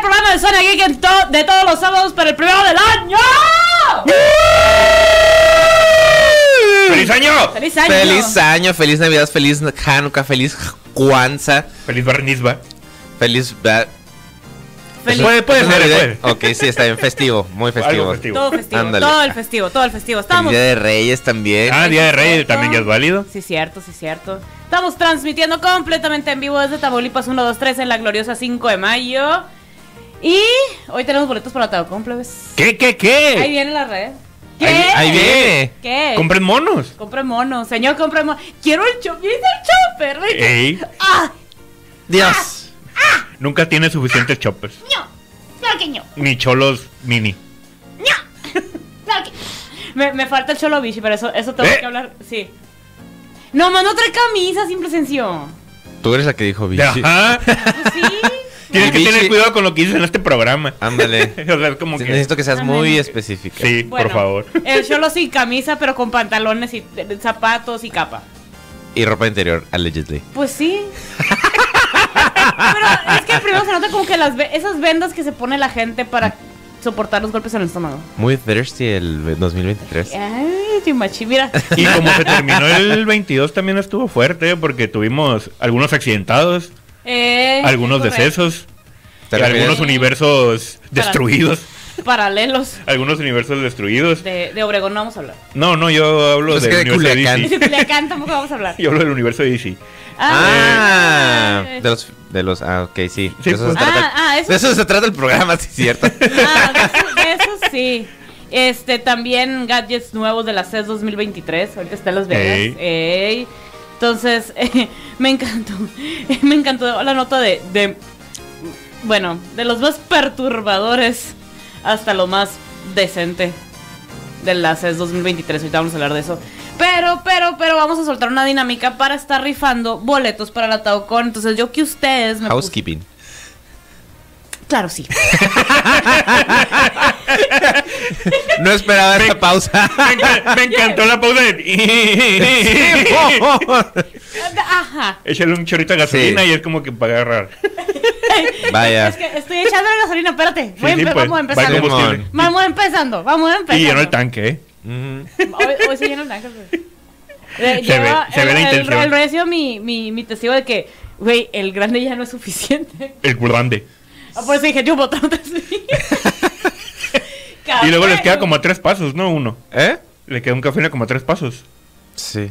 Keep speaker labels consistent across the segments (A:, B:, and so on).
A: programa de Sony Geek en to- de todos los sábados para el primero del año.
B: ¡Feliz año!
A: ¡Feliz año!
C: Feliz año, feliz Navidad, feliz Hanukkah, feliz Kwanzaa,
B: ¡Feliz barnisba!
C: feliz. ba-
A: Feliz-
B: Puede, puede
C: ¿Es
B: ser,
C: Navidad?
B: puede.
C: Ok, sí, está bien, festivo, muy festivo.
B: Algo festivo.
A: Todo festivo,
C: Ándale.
A: todo el festivo, todo el festivo.
C: Feliz
A: Estamos.
C: Día de Reyes también.
B: Ah, Día de Reyes también ya es válido.
A: Sí, cierto, sí, cierto. Estamos transmitiendo completamente en vivo desde Tamaulipas 123 en la gloriosa 5 de mayo. Y hoy tenemos boletos para Teocom, plebes.
B: ¿Qué, qué,
A: Ahí
B: qué?
A: viene la red. ¿Qué?
C: Ahí, ahí viene.
A: ¿Qué?
B: Compren monos.
A: Compre mono, señor, compre mono. Quiero el chopper, el chopper.
C: Eh.
B: Ey,
A: ¡Ah!
C: Dios.
B: ah. nunca tiene suficientes choppers.
A: ¡No! ¡Claro que no!
B: Ni cholos mini.
A: ¡Claro que me, me falta el cholo bichi, pero eso, eso tengo
B: ¿Eh?
A: que hablar. Sí. No, más no trae camisa, simple y sencillo.
C: Tú eres la que dijo bichi.
B: Ajá.
A: Pues sí.
B: Tienes que
C: Bichi.
B: tener cuidado con lo que dices en este programa.
C: Ándale.
B: o sea, es como
C: Sí,
B: que.
C: Necesito que seas
A: Ándale.
C: muy específica.
B: Sí,
A: Bueno,
B: por favor.
A: El cholo sin camisa, pero con pantalones y eh, zapatos y capa.
C: Y ropa interior, allegedly.
A: Pues sí. pero es que primero se nota como que las ve- esas vendas que se pone la gente para soportar los golpes en el estómago.
C: Muy thirsty el 2023.
A: Ay, Timachi, mira.
B: Y como se terminó el 22 también estuvo fuerte porque tuvimos algunos accidentados,
A: Eh,
B: algunos
A: correcto.
B: decesos,
C: ¿Te
B: y
C: refieres?
B: algunos universos destruidos.
A: Paralelos
B: Algunos universos destruidos.
A: de, de Obregón no vamos a hablar.
B: No, no, yo hablo
C: Pues
B: del
C: que de
B: universo de
C: Culiacán.
A: Y
B: DC.
A: de Culiacán tampoco vamos a hablar.
B: Yo hablo del universo de DC.
C: Ah,
A: Ay.
C: de los, de los, ah, ok, sí.
B: Sí,
C: de, eso
B: pues.
C: se trata,
A: Ah, ah, eso-
C: de eso se trata el programa, sí, cierto.
A: Ah, de eso, de eso sí. Este, también gadgets nuevos de la E CES 2023. Ahorita está en Las Vegas.
B: Ey.
A: Ey. Entonces, eh, me encantó. eh, me encantó la nota de, de. Bueno, de los más perturbadores hasta lo más decente de la E CES 2023. Ahorita vamos a hablar de eso. Pero, pero, pero vamos a soltar una dinámica para estar rifando boletos para la Taucon. Entonces, yo que ustedes me. pus-
C: Housekeeping.
A: Claro, sí.
C: No esperaba esta pausa.
B: Me, enca- me encantó la pausa de.
A: Ajá.
B: Échale un chorrito de gasolina
C: Sí.
B: y es como que para agarrar.
C: Vaya.
A: Es que estoy echando la gasolina, espérate. Voy a
B: Ah, Sí, sí,
A: empe-
B: pues,
A: vamos
B: va el
A: empezando.
C: Simón.
B: combustible.
A: Vamos empezando, vamos
B: Y
A: empezando.
B: llenó el tanque, ¿eh?
C: Ujú.
A: Hoy, hoy se llenó el tanque. güey. Eh,
B: Se ve-
A: lleva-
B: se ve
A: el-
B: la
A: el-
B: intención.
A: El, rey ha sido mi, mi, mi testigo de que, güey, el grande ya no es suficiente.
B: El grande.
A: Ah, Por eso dije, yo voto otras
B: Y luego les queda como a tres pasos, ¿no? Uno.
C: ¿Eh?
B: Le queda un café como a tres pasos.
C: Sí.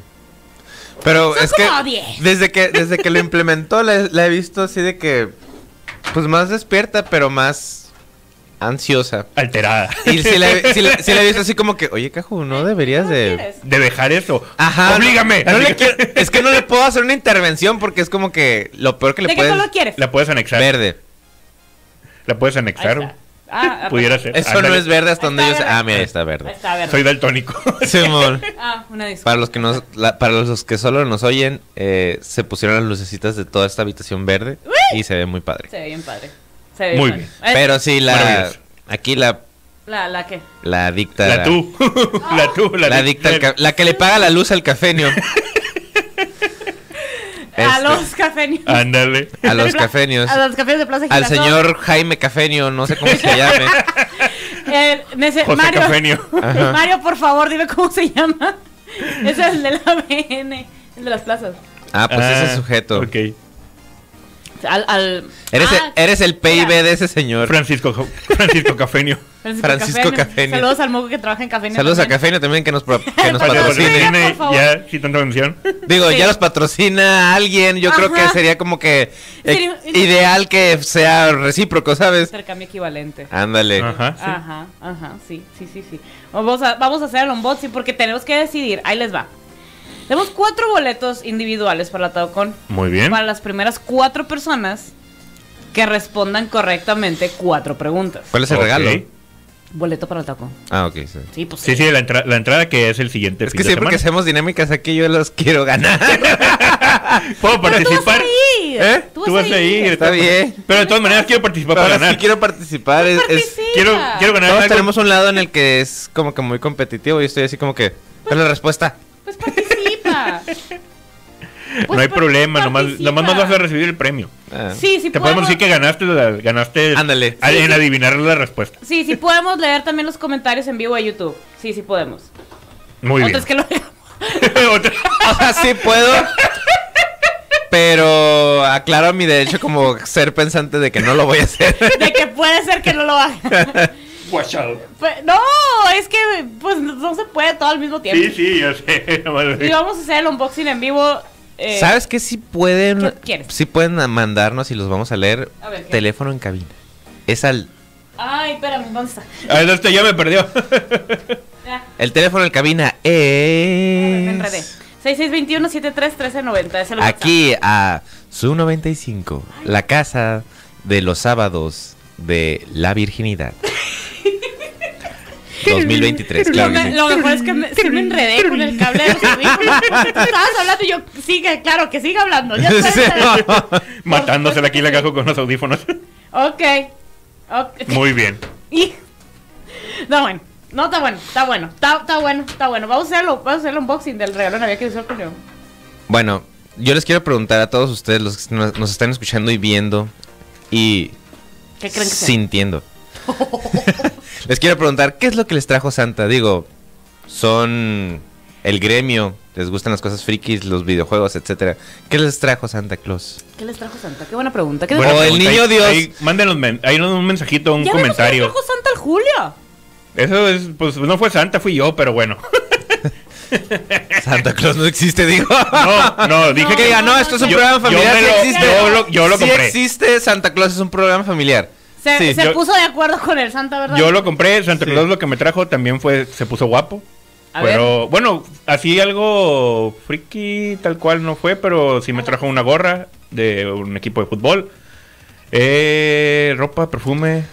C: Pero
A: Son
C: es que
A: como diez.
C: desde que desde que lo implementó la, la he visto así de que pues más despierta, pero más ansiosa.
B: Alterada.
C: Y sí la, he- sí la- sí la he visto así como que, "Oye, Caju, no deberías de
B: De dejar eso.
C: Ajá.
B: Oblígame.
C: no- no
B: Así
C: le
B: que-
C: quiero- es que no le puedo hacer una intervención porque es como que lo peor que le
A: ¿De qué
C: puedes
A: color quieres?
B: La puedes anexar.
C: verde.
B: La puedes
A: Ahí está.
B: anexar.
A: Ah, ah,
B: Pudiera ser.
C: Eso
B: Ándale.
C: no es verde hasta
A: Ahí
C: donde
A: está
C: yo sé.
A: verde.
C: Ah, mira, ahí está
A: Ahí
C: verde.
A: está, verde.
B: Soy daltónico.
C: Simón.
A: Ah, una disculpa.
C: Para los que nos, la- para los que solo nos oyen, eh, se pusieron las lucecitas de toda esta habitación verde y se ve muy padre.
A: Se ve bien padre. Se ve bien
B: Muy
A: padre.
B: bien.
A: Eh,
C: Pero sí, la
B: Maravilloso.
C: aquí la
A: La, la que.
C: la dicta
B: La tú. La tú.
C: la
B: di-
C: dicta el
B: la-
C: ca- la que le paga la luz al cafeño.
A: A
C: Este,
A: los cafenios.
B: Ah, Ándale.
C: a los
A: Pla-
C: cafeños,
A: A los cafés de Plaza
C: al
A: Girasol.
C: señor Jaime Cafeño, no sé cómo se llame.
A: El- Eh, nece-
B: José
A: Mario,
B: Cafenio.
C: Ajá.
A: Mario, por favor, dime cómo se llama. Es el de la BN, el de las plazas.
C: Ah, pues
B: Ah,
C: ese sujeto.
B: Ok.
A: Al, al-
C: Eres,
A: Ah,
C: el, eres el PIB
A: mira,
C: de ese señor.
B: Francisco, Francisco Cafenio.
C: Francisco Cafenio.
A: Saludos al moco que trabaja en Cafenio.
C: Saludos a
A: también.
C: Cafeño también que nos, pro- que nos
B: Para que
A: Patrocine,
C: patrocine.
A: por favor.
B: Ya, sí, tanta mención.
C: Digo,
A: Sí.
C: ya los patrocina alguien. Yo creo que
A: Ajá.
C: sería como que eh,
A: Sería-
C: ideal que sea recíproco, ¿sabes?
A: Intercambio equivalente.
C: Ándale.
B: Ajá. sí.
A: Ajá, ajá, sí, sí, sí, sí. Vamos a, vamos a hacer el unboxing porque tenemos que decidir. Ahí les va. Tenemos cuatro boletos individuales para la Taucon.
B: Muy bien.
A: Para las primeras cuatro personas que respondan correctamente cuatro preguntas.
C: ¿Cuál es el
B: Ok.
C: regalo?
A: Boleto para el Taucon.
C: Ah, ok, sí.
A: Sí, pues
B: Sí,
A: sí.
B: sí, la, entra- la entrada que es el siguiente.
C: Es
B: fin
C: que
B: de
C: siempre que
B: semana.
C: hacemos dinámicas aquí yo las quiero ganar.
A: Pero tú vas
B: Puedo participar.
A: a ir.
C: ¿Eh?
A: Tú vas a ir.
C: Está bien.
B: Pero de todas maneras quiero participar para
C: Ahora
B: ganar.
C: sí quiero participar.
A: Pues
C: Es, es-
A: Participa.
B: Quiero, quiero ganar.
C: todos
B: algo.
C: tenemos un lado en el que es como que muy competitivo y estoy así como que... ¿Cuál es la respuesta?
A: Pues participa.
B: no hay
A: pero
B: problema, nomás,
A: participa.
B: nomás nos vas a recibir el premio.
C: Ah.
A: Sí, sí
B: Te
A: podemos.
B: podemos decir que ganaste, la- ganaste
C: Ándale.
B: al-
A: Sí,
B: en
A: sí.
B: adivinar la respuesta.
A: Sí, sí podemos leer también los comentarios en vivo de YouTube. Sí, sí podemos.
B: Muy bien.
A: Otros que lo veamos.
B: Otra-
C: O sea, sí puedo. Pero aclaro mi derecho como ser pensante de que no lo voy a hacer.
A: De que puede ser que no lo haga. Pues, no, es que pues no se puede todo al mismo tiempo.
B: Sí, sí, yo sé. nomás-
A: Y vamos a hacer el unboxing en vivo. eh,
C: ¿Sabes qué? Si
A: ¿Qué
C: pueden,
A: quieres?
C: si pueden mandarnos y los vamos a leer.
A: A ver, ¿qué?
C: teléfono en cabina. Es al.
A: Ay, espérame, ¿dónde está?
B: Ah, no, este ya me perdió.
A: Ya,
C: El teléfono en cabina
A: a ver, me enredé.
B: Mm.
C: es.
A: 6621-73-1390. Es el WhatsApp.
C: Aquí a su 95, la casa de los sábados de la virginidad. 2023,
A: Lo,
C: claro que
A: me-
C: sí.
A: lo mejor es que me, sí me enredé con el cable de los audífonos, porque tú estabas hablando y yo, sigue, claro, que siga hablando. Ya sabes,
B: Matándosela aquí la cajo con los audífonos.
A: Ok. Ok.
B: Muy bien.
A: Y- No, bueno. No, está bueno, está bueno, está, está bueno, está bueno. Vamos a hacerlo, vamos a hacer el unboxing del regalo de Navidad que hizo el Julio.
C: Bueno, yo les quiero preguntar a todos ustedes, los que nos nos están escuchando y viendo y
A: ¿Qué creen que sea?
C: sintiendo. les quiero preguntar, ¿qué es lo que les trajo Santa? Digo, son el gremio, les gustan las cosas frikis, los videojuegos, etcétera. ¿Qué les trajo Santa Claus?
A: ¿Qué les trajo Santa? Qué buena pregunta. ¿Qué
C: Bueno,
A: les
C: o el
B: pregunta,
C: niño
B: pues, ahí-
C: Dios.
B: Ahí, mándenos men- ahí nos un mensajito, un
A: Ya vemos qué le
B: comentario.
A: trajo Santa al Julio.
B: Eso es, pues no fue Santa, fui yo, pero bueno.
C: Santa Claus no existe, digo.
B: No, no, dije
A: No,
C: que
B: que
C: ganó,
A: no,
C: esto es un
A: no.
C: programa
B: Yo- yo
C: familiar.
B: me
C: sí
B: lo-
C: existe.
B: yo lo- yo lo
C: Sí
B: compré.
C: existe, Santa Claus es un programa familiar.
A: Se,
C: Sí,
A: se
B: yo-
A: puso de acuerdo con el Santa, ¿verdad?
B: Yo lo compré, Santa
C: Sí.
B: Claus lo que me trajo también fue, se puso guapo.
A: A
B: pero bueno, así algo friki tal cual no fue, pero sí me trajo una gorra de un equipo de fútbol. Eh, ropa, perfume,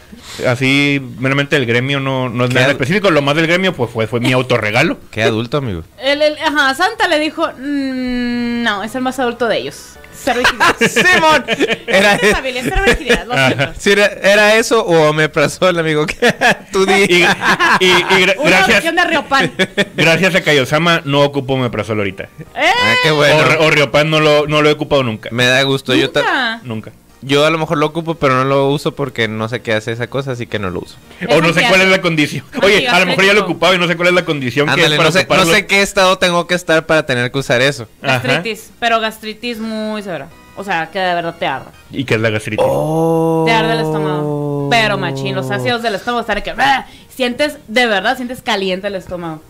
B: así meramente el gremio no, no es
C: ¿Qué
B: nada
C: al-
B: específico, lo más del gremio pues fue, fue mi autorregalo.
C: Qué adulto, amigo.
A: El, el- ajá, Santa le dijo, "Mm, no, es el más adulto de ellos. Ser virginidad.
C: Simón. Era,
A: Ser familia, ser virginidad, lo siento.
C: Sí, era, era eso o omeprazol, amigo. Tú di.
B: Y, y- y gra-
A: Una
B: gracias,
A: versión de Riopan.
B: gracias a Kaiosama no ocupo omeprazol ahorita.
A: ¡Eh!
C: Ah, qué
B: O, Re-
C: bueno.
B: o Riopan no lo, no lo he ocupado nunca.
C: Me da gusto. Yo, ta-
A: Nunca.
B: Nunca.
C: yo a lo mejor lo ocupo, pero no lo uso porque no sé qué hace esa cosa, así que no lo uso.
B: O no
A: Déjate
B: sé cuál
A: hacer-
B: es la condición. Oye, a lo mejor ya lo ocupaba y no sé cuál es la condición que
C: Ándale,
B: es para
C: no sé, no
B: ocuparlo.
C: sé qué estado tengo que estar para tener que usar eso.
B: Ajá.
A: Gastritis, pero gastritis muy severa. O sea, que de verdad te arde.
B: ¿Y qué es la gastritis?
C: Oh.
A: Te Oh. arde el estómago. Pero machín, los ácidos del estómago están que. ¡ah! Sientes, de verdad, sientes caliente el estómago.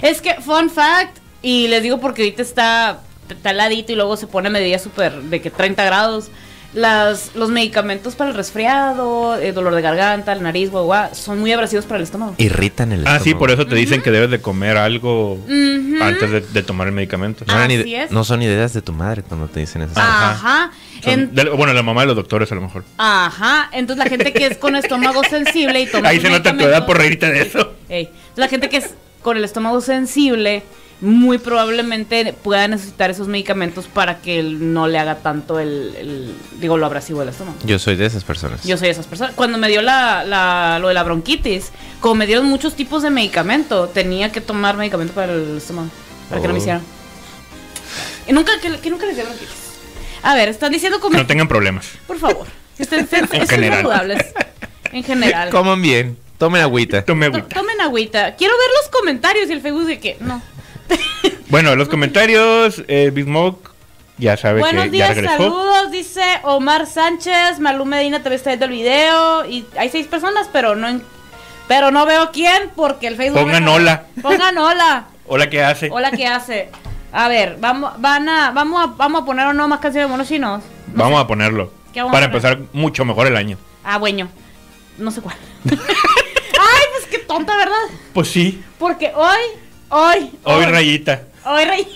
A: Es que, fun fact, y les digo porque ahorita está, está heladito y luego se pone medida súper de que 30 grados. Las, los medicamentos para el resfriado, el dolor de garganta, el nariz, guau, guau, son muy abrasivos para el estómago.
C: Irritan el
B: Ah,
C: estómago.
B: sí, por eso te dicen que debes de comer algo
A: Ujú. Ah,
B: antes de, de tomar el medicamento.
C: No, eran
A: Así
C: ide-
A: es. Ah.
C: no son ideas de tu madre cuando te dicen eso.
A: Ajá.
B: Son-
A: En-
B: de- bueno, la mamá de los doctores a lo mejor.
A: Ajá, entonces la gente que es con estómago sensible y toma
B: Ahí
A: sus
B: se nota tu
A: medicamentos-
B: edad por reírte de eso.
A: Ey, la gente que es con el estómago sensible muy probablemente pueda necesitar esos medicamentos para que él no le haga tanto el, el- digo, lo abrasivo del estómago.
C: Yo soy de esas personas.
A: Yo soy de esas personas. Cuando me dio la, la- lo de la bronquitis, como me dieron muchos tipos de medicamento, tenía que tomar medicamento para el estómago, para que no me
C: Oh.
A: hicieran. Y nunca, que, que nunca les dio bronquitis. A ver, están diciendo
B: Que
A: como...
B: no tengan problemas.
A: Por favor, estén, estén- estén
B: general.
A: saludables. En general.
C: Coman bien. Tomen agüita.
B: Tome
A: To-
B: agüita.
A: Tomen agüita. Quiero ver los comentarios y el Facebook de que no.
B: Bueno, los comentarios, eh, Big Smoke ya sabe
A: Buenos
B: que ya
A: días,
B: regresó.
A: saludos, dice Omar Sánchez, Malú Medina también está viendo el video y hay seis personas, pero no en- pero no veo quién porque el Facebook
B: Pongan hola.
A: Pongan hola.
B: Hola, ¿qué hace?
A: Hola, ¿qué hace? A ver, vamos van a vamos a vamos a poner o no más canciones de monos chinos.
B: Vamos a ponerlo.
A: ¿Qué vamos
B: Para
A: a poner?
B: empezar mucho mejor el año.
A: Ah, bueno. No sé cuál. Ay, pues qué tonta, ¿verdad?
B: Pues sí,
A: Porque hoy hoy
B: hoy rayita.
A: hoy rey-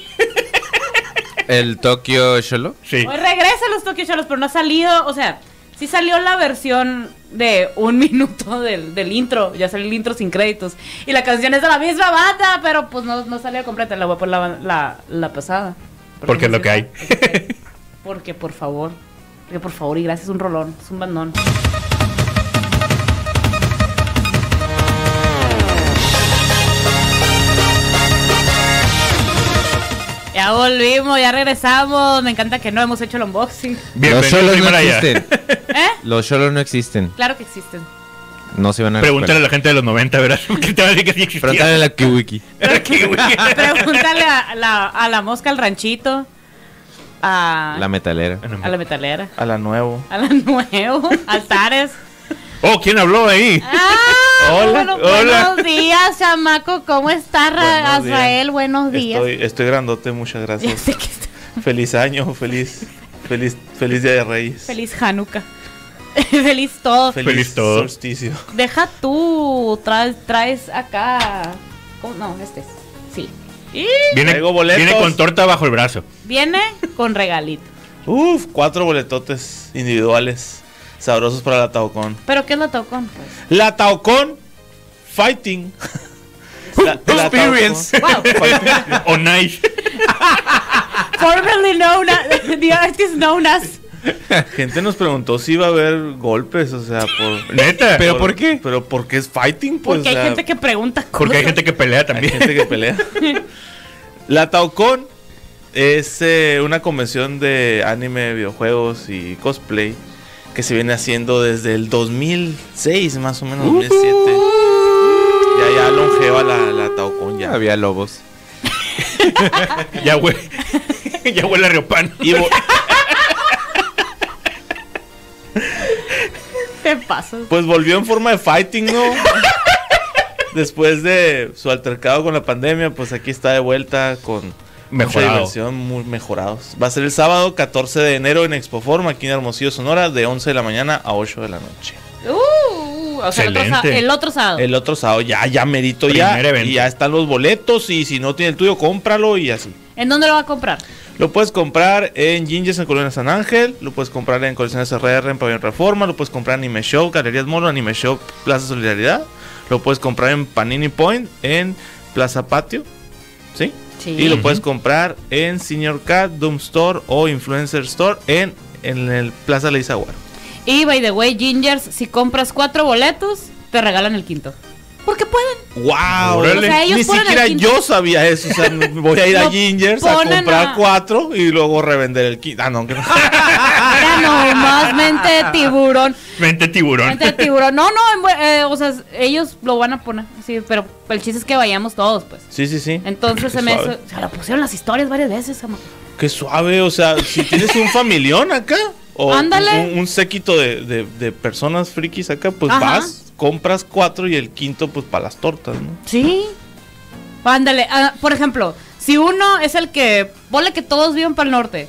C: El Tokio Sholo.
B: Sí.
A: Hoy regresa los Tokyo Cholos, pero no ha salido. O sea, sí salió la versión de un minuto del, del intro. Ya salió el intro sin créditos. Y la canción es de la misma banda, pero pues no, no salió completa. La voy a poner la, la, la pasada.
B: Porque es lo que hay.
A: Porque, porque, por favor. Porque por favor y gracias, es un rolón, es un bandón. Ya volvimos, ya regresamos. Me encanta que no hemos hecho el unboxing.
C: Los
B: Bienvenido
C: cholos no
B: Himalaya.
C: existen.
A: ¿Eh?
C: Los cholos no existen.
A: Claro que existen.
C: No se van a la
B: Pregúntale a
C: escuela.
B: la gente de los 90, ¿verdad? Porque te va a decir que sí existía.
C: Pregúntale a la Kiwiki.
B: Aquí, güey.
A: Pregúntale a la, a la mosca, al ranchito, a
C: La metalera.
B: Ah.
A: a la metalera,
D: A la nuevo.
A: a la nuevo, altares.
B: Oh, ¿quién habló ahí?
A: ¡Ah!
B: Hola,
A: bueno,
B: hola.
A: Buenos días, chamaco. ¿Cómo estás, Ra-
D: Buenos días.
A: Azrael? Buenos días.
B: pues
D: Estoy, estoy grandote, muchas
A: Ya
D: gracias.
A: sé que está-
D: feliz año, feliz, feliz, feliz día de Reyes.
A: Feliz Hanukkah. Feliz todo.
B: Feliz todo.
D: solsticio.
A: Deja tú, traes, traes acá. ¿Cómo? No, este es. Sí. Y
B: Viene,
D: Traigo boletos.
B: viene con torta bajo el brazo.
A: viene con regalito.
D: Uf, cuatro boletotes individuales. Sabrosos para la Taucón.
A: ¿Pero qué es la tocón? Pues?
D: La Taucón Fighting. La- la
C: Experience.
A: Wow.
B: O nice.
A: Formerly known as, the artist known as.
B: Pues
D: Taucón. Gente nos preguntó si iba a haber golpes, o sea, por.
B: Neta.
C: Pero- por qué?
D: Pero porque es fighting, pues.
A: Porque hay
D: la-
A: gente que pregunta cosas.
B: porque hay gente que pelea
D: Hay
B: también.
D: gente que pelea. La Taucon es eh, una convención de anime, videojuegos y cosplay que se viene haciendo desde el 2006, más o menos, 2007. Ya, ya longeva la, la Taucon ya.
C: Había lobos.
B: ya huele. ya huele a Riopano.
D: Y vo-
A: Te pasas.
D: pues volvió en forma de fighting, ¿no? Después de su altercado con la pandemia, pues aquí está de vuelta con
B: Mejorado.
D: mucha diversión, muy mejorados. Va a ser el sábado 14 de enero en Expo Forma, aquí en Hermosillo, Sonora, de 11 de la mañana a 8 de la noche.
A: Uh, o sea, el otro, sa-
B: Excelente.
A: el otro sábado.
D: El otro sábado ya, ya merito
B: Primer
D: ya.
B: evento.
D: Y ya están los boletos. Y si no tiene el tuyo, cómpralo y así.
A: ¿En dónde lo va a comprar?
D: Lo puedes comprar en Gingers en Colonia San Ángel. Lo puedes comprar en Colecciones RR en Pabellón Reforma. Lo puedes comprar en Anime Show, Galerías Molo, Anime Show, Plaza Solidaridad. Lo puedes comprar en Panini Point, en Plaza Patio. ¿Sí?
A: Sí.
D: Y lo
B: Ujú.
D: puedes comprar en Senior Cat, Doom Store o Influencer Store en, en el Plaza Leisa Guaro.
A: Y by the way, Gingers, si compras cuatro boletos, te regalan el quinto. Porque pueden.
D: ¡Wow!
B: Órale. O sea,
A: ellos
D: Ni
A: ponen
D: siquiera
A: al quinto.
D: yo sabía eso. O sea, voy a ir
A: Lo
D: a Gingers a
A: ponen
D: comprar
A: a-
D: cuatro y luego revender el quinto. Ah, no, que no.
A: Era nomás mente de tiburón.
B: Vente tiburón.
A: Mente de tiburón. No, no, en bu- eh, o sea, ellos lo van a poner. Sí, pero el chiste es que vayamos todos, pues.
D: Sí, sí, sí.
A: Entonces
D: Qué
A: se me.
D: suave.
A: Se lo pusieron las historias varias veces, amor.
D: Qué suave, o sea, si tienes un familión acá o
A: Ándale.
D: un, un séquito de, de- de personas frikis acá, pues
A: Ajá.
D: vas, compras cuatro y el quinto, pues para las tortas, ¿no?
A: Sí. Ándale, ah, por ejemplo, si uno es el que, ponle que todos viven para el norte,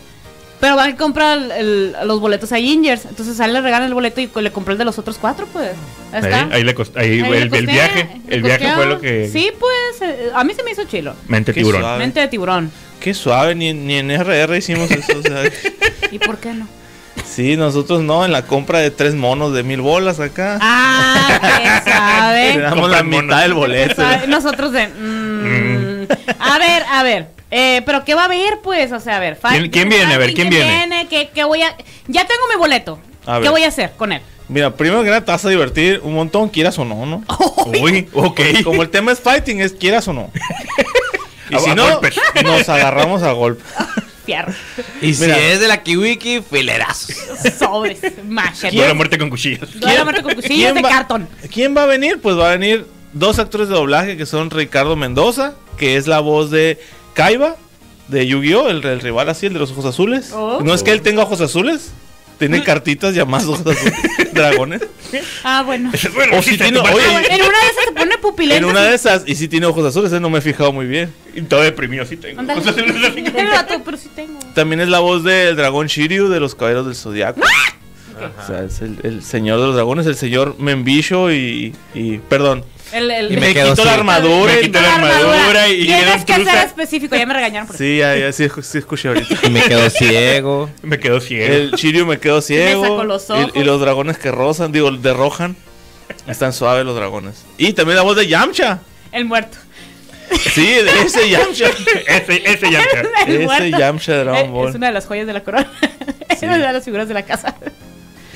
A: pero va a comprar el- el- los boletos a Gingers, entonces a él le regalan el boleto y co- le compró el de los otros cuatro, pues. Ahí
B: Ahí,
A: está.
B: ahí le costó. Ahí,
A: Ahí le
B: el, el
A: costea,
B: viaje.
A: le
B: El viaje
A: costea.
B: fue lo que.
A: Sí, pues, eh, a mí se me hizo chilo.
B: Mente
D: Qué
B: tiburón.
D: suave.
A: Mente de tiburón.
D: Qué suave, ni, ni en RR hicimos eso, o sea.
A: ¿Y por qué no?
D: sí, nosotros no, en la compra de tres monos de mil bolas acá.
A: Ah, que sabe.
D: Le damos la
B: Compran monos.
D: mitad del boleto.
A: Sabe, Nosotros de... mm. A ver, a ver. eh, pero ¿qué va a haber, pues? O sea, a ver. fa-
B: ¿Quién- quién viene? A ver, ¿quién viene?
A: ¿Qué, qué voy a...? Ya tengo mi boleto.
D: A
A: ¿Qué
D: ver.
A: voy a hacer con él?
D: Mira, primero que nada te vas a divertir un montón, quieras o no, ¿no?
B: Uy, ok.
D: Como el tema es fighting, es quieras o no. Y
B: A-
D: si
B: a
D: no,
B: golpes.
D: nos agarramos a golpe.
A: Fierro.
C: Y
D: Mira.
C: si es de la Kiwiki, filerazos.
A: Sobres. Masher.
B: Duele a muerte con cuchillos.
A: Duelo a muerte con cuchillos de
D: va,
A: cartón.
D: ¿Quién va a venir? Pues va a venir dos actores de doblaje que son Ricardo Mendoza, que es la voz de Kaiba, de Yu-Gi-Oh!, el, el rival así, el de los ojos azules.
A: Oh. Mm.
D: No es que él tenga ojos azules, tiene cartitas llamadas ojos azules, dragones.
A: Ah, bueno.
B: Bueno,
D: O si
B: sí,
D: tiene-
B: tu madre.
A: Ah,
D: oye,
A: bueno, En una de esas se pone pupilente.
D: En una de esas, y sí tiene ojos azules, eh, no me he fijado muy bien.
B: Y todo deprimido, sí tengo.
A: Ándale.
B: O sea, no sé qué-
A: Pero, vato, pero sí tengo.
D: También es la voz del dragón Shiryu de los Caballeros del Zodiaco.
A: ¡Ah!
D: O sea, es el, el señor de los dragones, el señor Membillo y, y- Perdón.
A: El, el,
C: Y me
D: Me,
C: quedo
D: quitó la
C: sin-
D: armadura.
B: me
D: y-
B: quitó la armadura y
A: Tienes
B: eran
A: que ser
B: truza.
A: específico. Ya me regañaron por eso.
D: Sí, ya, ya, sí, sí escuché ahorita.
C: Y me quedo ciego.
B: Me quedo ciego.
D: El Shiryu me quedó ciego.
A: Me sacó los ojos.
D: Y, y los dragones que rozan, digo, derrojan. Están suaves los dragones. Y también la voz de Yamcha.
A: El muerto.
D: Sí, de ese Yamcha.
B: Ese, ese ya.
A: El
D: ese
A: muerto.
D: Yamcha de
A: Eh,
D: Dragon
A: Es
D: Ball.
A: una de las joyas de la corona. es una de las figuras de la casa.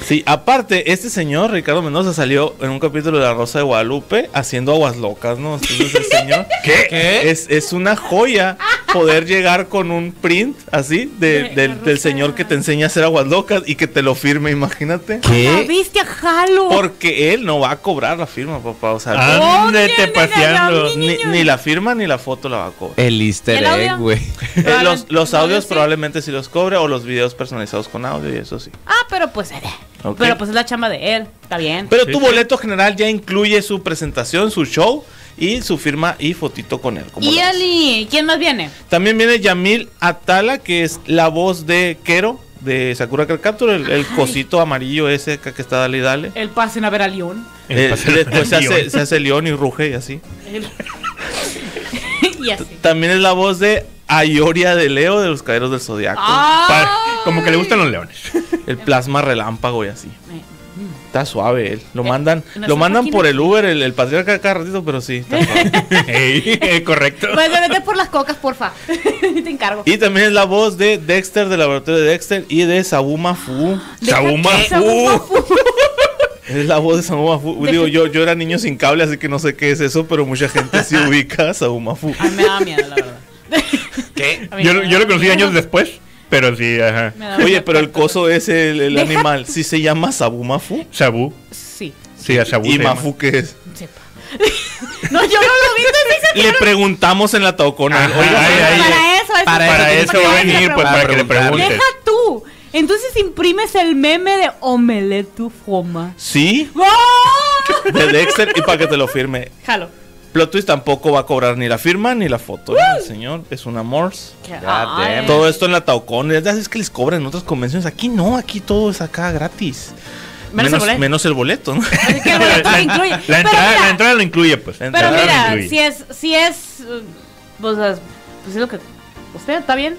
D: Sí, aparte, este señor, Ricardo Mendoza, salió en un capítulo de La Rosa de Este Guadalupe haciendo aguas locas, ¿no? Entonces, el señor
B: ¿Qué?
D: es, es una joya poder llegar con un print así de-
A: De
D: del,
A: la
D: del
A: ruca.
D: señor que te enseña a hacer aguas locas y que te lo firme, imagínate.
A: La
C: ¿Qué?
A: bestia jalo.
D: Porque él no va a cobrar la firma, papá. O sea,
A: Ah,
B: Ándete
A: Óyeme,
B: paseando.
A: Gabriel.
D: ni, ni la firma ni la foto la va a cobrar.
C: El easter
A: ¿El audio?
C: egg, güey.
D: Eh, los, los
A: Probable-
D: audios
A: Ah, sí.
D: probablemente sí los cobre o los videos personalizados con audio y eso sí.
A: Ah, pero pues eh,
D: Ok.
A: Pero pues es la chamba de él. Está bien.
D: Pero
B: Sí,
D: tu
B: sí.
D: boleto general ya incluye su presentación, su show y su firma y fotito con él. como
A: y
D: la ves.
A: Ali, ¿quién más viene?
D: También viene Yamil Atala, que es la voz de Kero de Sakura Card Captor, el, el cosito amarillo ese que que está dale y dale.
A: El pasen a ver a León.
D: Eh, después se hace,
B: León.
D: se hace león y ruge y así.
A: El- y así.
D: También es la voz de Ayoria de Leo de los Caderos del Zodiaco.
A: Ah.
B: Pa- Como que le gustan los leones.
D: El plasma relámpago y así.
A: Eh,
D: Está suave él. Lo
A: Eh,
D: mandan,
A: ¿no
D: lo
A: está
D: mandan por
A: Joaquín?
D: el Uber, el, el patriarca cada ratito, pero sí. está suave.
B: Ey, eh, correcto.
A: Pues vete por las cocas, porfa. Te encargo.
D: y también es la voz de Dexter, del laboratorio de Dexter, y de Sabuma Fu.
A: Deja
B: Saúma
A: que-
B: Fu.
A: Saúma
B: Uh.
A: Fu.
D: Es la voz de Sabuma Fu. Digo, yo, yo era niño sin cable, así que no sé qué es eso, pero mucha gente sí ubica a Sabuma Fu.
A: Ay, me da miedo, la verdad.
B: ¿Qué?
A: A mí
B: Yo,
A: me
B: lo-
A: da
B: yo lo conocí
A: miedo.
B: años después, pero sí, ajá.
A: Me da
D: Oye,
A: miedo.
D: pero el coso es el, el
A: Ah. Deja-
D: animal. Sí se llama Sabuma Fu.
B: Sabu.
A: Sí,
B: Sí, a Sabu.
D: ¿Y
B: se llama.
D: Mafu qué es?
A: sepa. No, yo no lo vi, entonces dice
D: Le preguntamos en la taucona.
B: Ajá,
D: Oiga,
B: ay, ay,
A: para
B: ay.
A: eso, eso
C: Para
B: Para eso va a venir, pues, para que le
C: preguntarle.
B: preguntes.
A: Deja tú. Entonces imprimes el meme de omelette tu foma.
D: sí,
A: ¡Oh!
D: de Dexter, y para que te lo firme.
A: Jalo.
D: Plot Twist tampoco va a cobrar ni la firma ni la foto. ¿eh? El señor es un amor.
C: damn.
D: Todo esto en la Taucón. Es es que les cobran en otras convenciones. Aquí no, aquí todo es acá gratis.
A: Menos el boleto.
D: menos el boleto, ¿no?
A: Es que el boleto lo incluye.
B: La
A: Pero
B: entrada, la
A: mira,
B: entrada lo incluye, pues.
D: La
A: Pero
D: entrada
A: mira,
B: lo incluye.
A: si es, si es, eh, pues, eh, pues es lo que, usted está bien,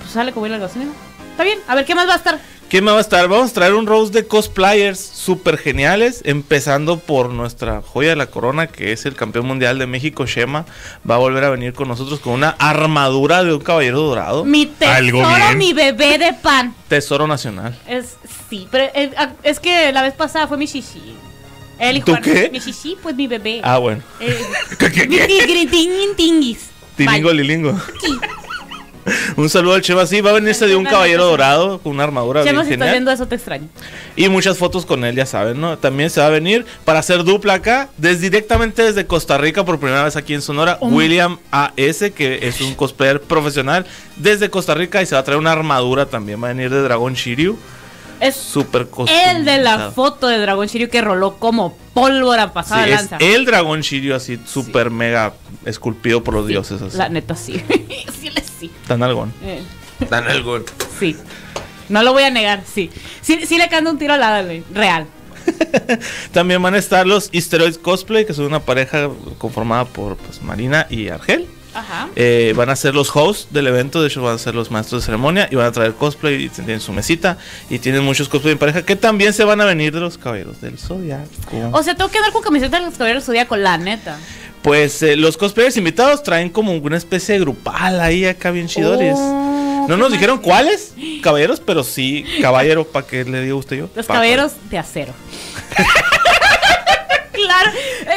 A: pues sale como ir al gasolina, está bien, a ver, ¿qué más va a estar?
D: ¿Quién más va a estar? Vamos a traer un roast de cosplayers super geniales, empezando por nuestra joya de la corona, que es el campeón mundial de México, Shema. Va a volver a venir con nosotros con una armadura de un caballero dorado.
A: Mi
B: Algo
A: tesoro,
B: bien.
A: mi bebé de pan,
D: Tesoro nacional.
A: es, sí, pero eh, ah, es que la vez pasada fue mi shishi, él y
D: ¿Tú
A: Juan,
D: qué?
A: mi shishi, pues mi bebé,
D: Ah, bueno.
A: Eh, mi tigri- tingin- tinguis,
D: Tilingo
A: Bye.
D: lilingo. un saludo al Chema. Sí, va a venirse de un caballero dorado con una armadura
A: Chema,
D: bien
A: si estás
D: genial.
A: viendo eso te extraño,
D: Y muchas fotos con él, ya saben, ¿no? También se va a venir para hacer dupla acá, desde, directamente desde Costa Rica por primera vez aquí en Sonora, William A.S., que es un cosplayer profesional desde Costa Rica y se va a traer una armadura también. Va a venir de Dragón Shiryu.
A: es
D: Super
A: el de la
D: customizado.
A: foto de Dragón Shiryu que roló como pólvora
D: Sí,
A: pasada de
D: es
A: lanza.
D: el Dragón Shiryu así, super mega esculpido por los
A: Sí,
D: dioses. Así.
A: La neta, sí. sí, le- sí.
D: Tan algón.
A: Eh,
C: Dan algo.
A: sí. No lo voy a negar, sí. Sí, sí le canta un tiro al lado, güey, real.
D: También van a estar los Easteroids Cosplay, que son una pareja conformada por pues, Marina y Argel.
A: Ajá.
D: Eh, van a ser los hosts del evento, de hecho van a ser los maestros de ceremonia y van a traer cosplay y tienen su mesita y tienen muchos cosplay en pareja que también se van a venir de los caballeros del zodiaco.
A: O sea, tengo que andar con camiseta de los caballeros del zodiaco, la neta.
D: Pues eh, los cosplayers invitados traen como una especie de grupal ahí acá bien chidores.
A: Oh,
D: no nos
A: qué
D: dijeron
A: mal.
D: cuáles caballeros, pero sí caballero para que le diga usted yo.
A: Los
D: Pa-
A: caballeros de acero. claro,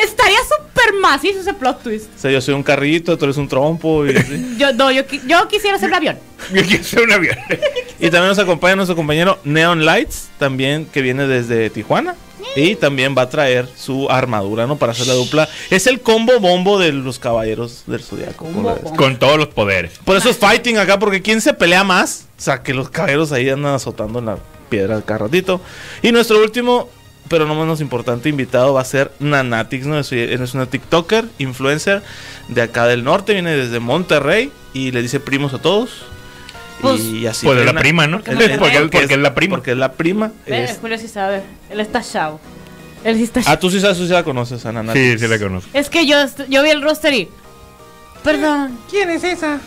A: estaría súper macizo ese plot twist.
D: O sea, yo soy un carrito, tú eres un trompo y así.
A: Yo, no, yo, qui- yo quisiera ser un avión.
B: Yo quiero ser un avión.
D: Y también nos acompaña nuestro compañero Neon Lights, también que viene desde Tijuana. Y también va a traer su armadura, ¿no? Para hacer la dupla. Es el combo bombo de los caballeros del zodiaco.
A: Combo
D: ¿cómo la ves?
A: bombo.
B: Con todos los poderes.
D: Por eso es fighting acá, porque ¿quién se pelea más? O sea, que los caballeros ahí andan azotando en la piedra cada ratito. Y nuestro último, pero no menos importante invitado va a ser Nanatix, ¿no? Es, es una TikToker, influencer de acá del norte, viene desde Monterrey y le dice primos a todos.
A: Pues-
D: y así.
B: Pues de la
D: Nena-
B: prima, ¿no?
A: no se
B: Porque,
A: ve.
B: porque es la prima.
D: Porque es la prima.
A: Ve,
D: es-
A: Julio sí sabe. Él está chavo. Él sí está chavo.
D: Ah, tú sí sabes, tú sí la conoces, Ana. Nati.
B: Sí, sí la conozco.
A: Es que yo, est- yo vi el roster y. Perdón. Eh, ¿Quién es esa?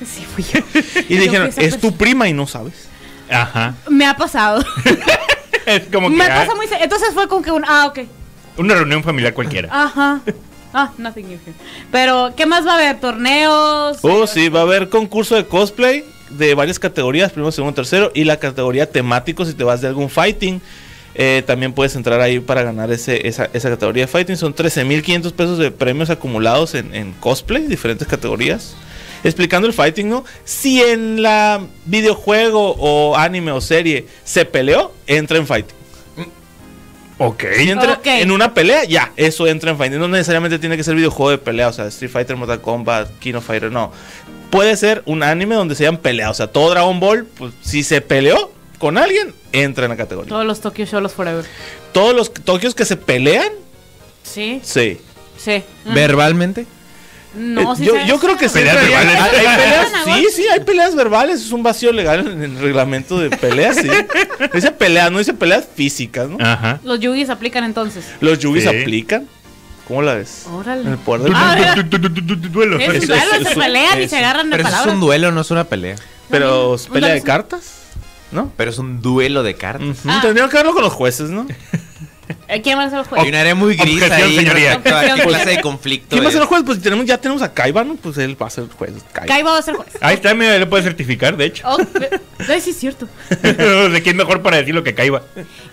A: Sí, fui yo.
D: Y dijeron,
A: Yo fui esa
D: es tu prima y no sabes.
B: Ajá.
A: Me ha pasado.
B: Es como que
A: Me
B: ah,
A: pasa muy. se- Entonces fue con que un. Ah, ok.
B: una reunión familiar cualquiera.
A: Ajá. Ah, nothing new here. Pero, ¿qué más va a haber? ¿Torneos?
D: Oh, sí, va a haber concurso de cosplay de varias categorías, primero, segundo, tercero, y la categoría temático si te vas de algún fighting. Eh, también puedes entrar ahí para ganar ese, esa, esa categoría de fighting. Son 13.500 pesos de premios acumulados en, en cosplay, diferentes categorías. explicando el fighting, ¿no? Si en la videojuego o anime o serie se peleó, entra en fighting.
B: Ok.
D: Si entra
A: Ok.
D: en una pelea, ya, eso entra en fighting. No necesariamente tiene que ser videojuego de pelea, o sea, Street Fighter, Mortal Kombat, King of Fighter, no. Puede ser un anime donde se hayan peleado, o sea, todo Dragon Ball, pues si se peleó con alguien, entra en la categoría.
A: Todos los Tokyo Show los Forever.
D: Todos los Tokios que se pelean,
A: Sí,
D: sí.
A: sí. Mm.
C: ¿Verbalmente?
A: No,
D: Eh,
A: sí
D: yo,
A: se-
D: yo creo que sí.
B: Peleas
D: Hay-
B: verbales.
D: Hay, peleas,
A: Ah,
D: sí, sí, hay peleas verbales. Es un vacío legal en el reglamento de peleas, sí. Dice peleas, no dice peleas físicas, ¿no?
B: Ajá.
A: Los yugis aplican entonces.
D: Los yugis
B: Ah, Sí.
D: aplican. ¿Cómo la ves?
A: Órale.
D: En el poder del-
A: Ah, mira.
B: Duelo.
A: Es un
D: Eso,
A: duelo,
D: eso,
A: se
D: eso,
A: pelean y
D: eso.
A: se agarran de
C: Pero eso es
A: palabras.
C: un duelo, no es una pelea.
D: Pero
A: un
D: pelea
A: duelo
D: de
A: es-
D: cartas, ¿no?
C: Pero es un duelo de cartas.
D: Ujú,
A: Ah.
D: Tendrían que verlo con los jueces, ¿no?
A: Eh, ¿Quién va a ser el
C: Hay
A: juez?
C: una área muy gris
B: Objeción,
C: ahí.
B: señoría.
C: ¿no? Toda
A: Objeción.
C: clase de conflicto.
D: ¿Quién va a
C: es.
D: ser el juez? Pues si tenemos, ya tenemos a Kaiba, ¿no? Pues él va a ser el juez. Kaiba.
A: Kaiba va a ser juez.
B: Ahí está, mira, le puede certificar, de hecho.
A: Oh, eh, eh, sí, es cierto.
B: ¿De quién mejor para decir lo que caiba?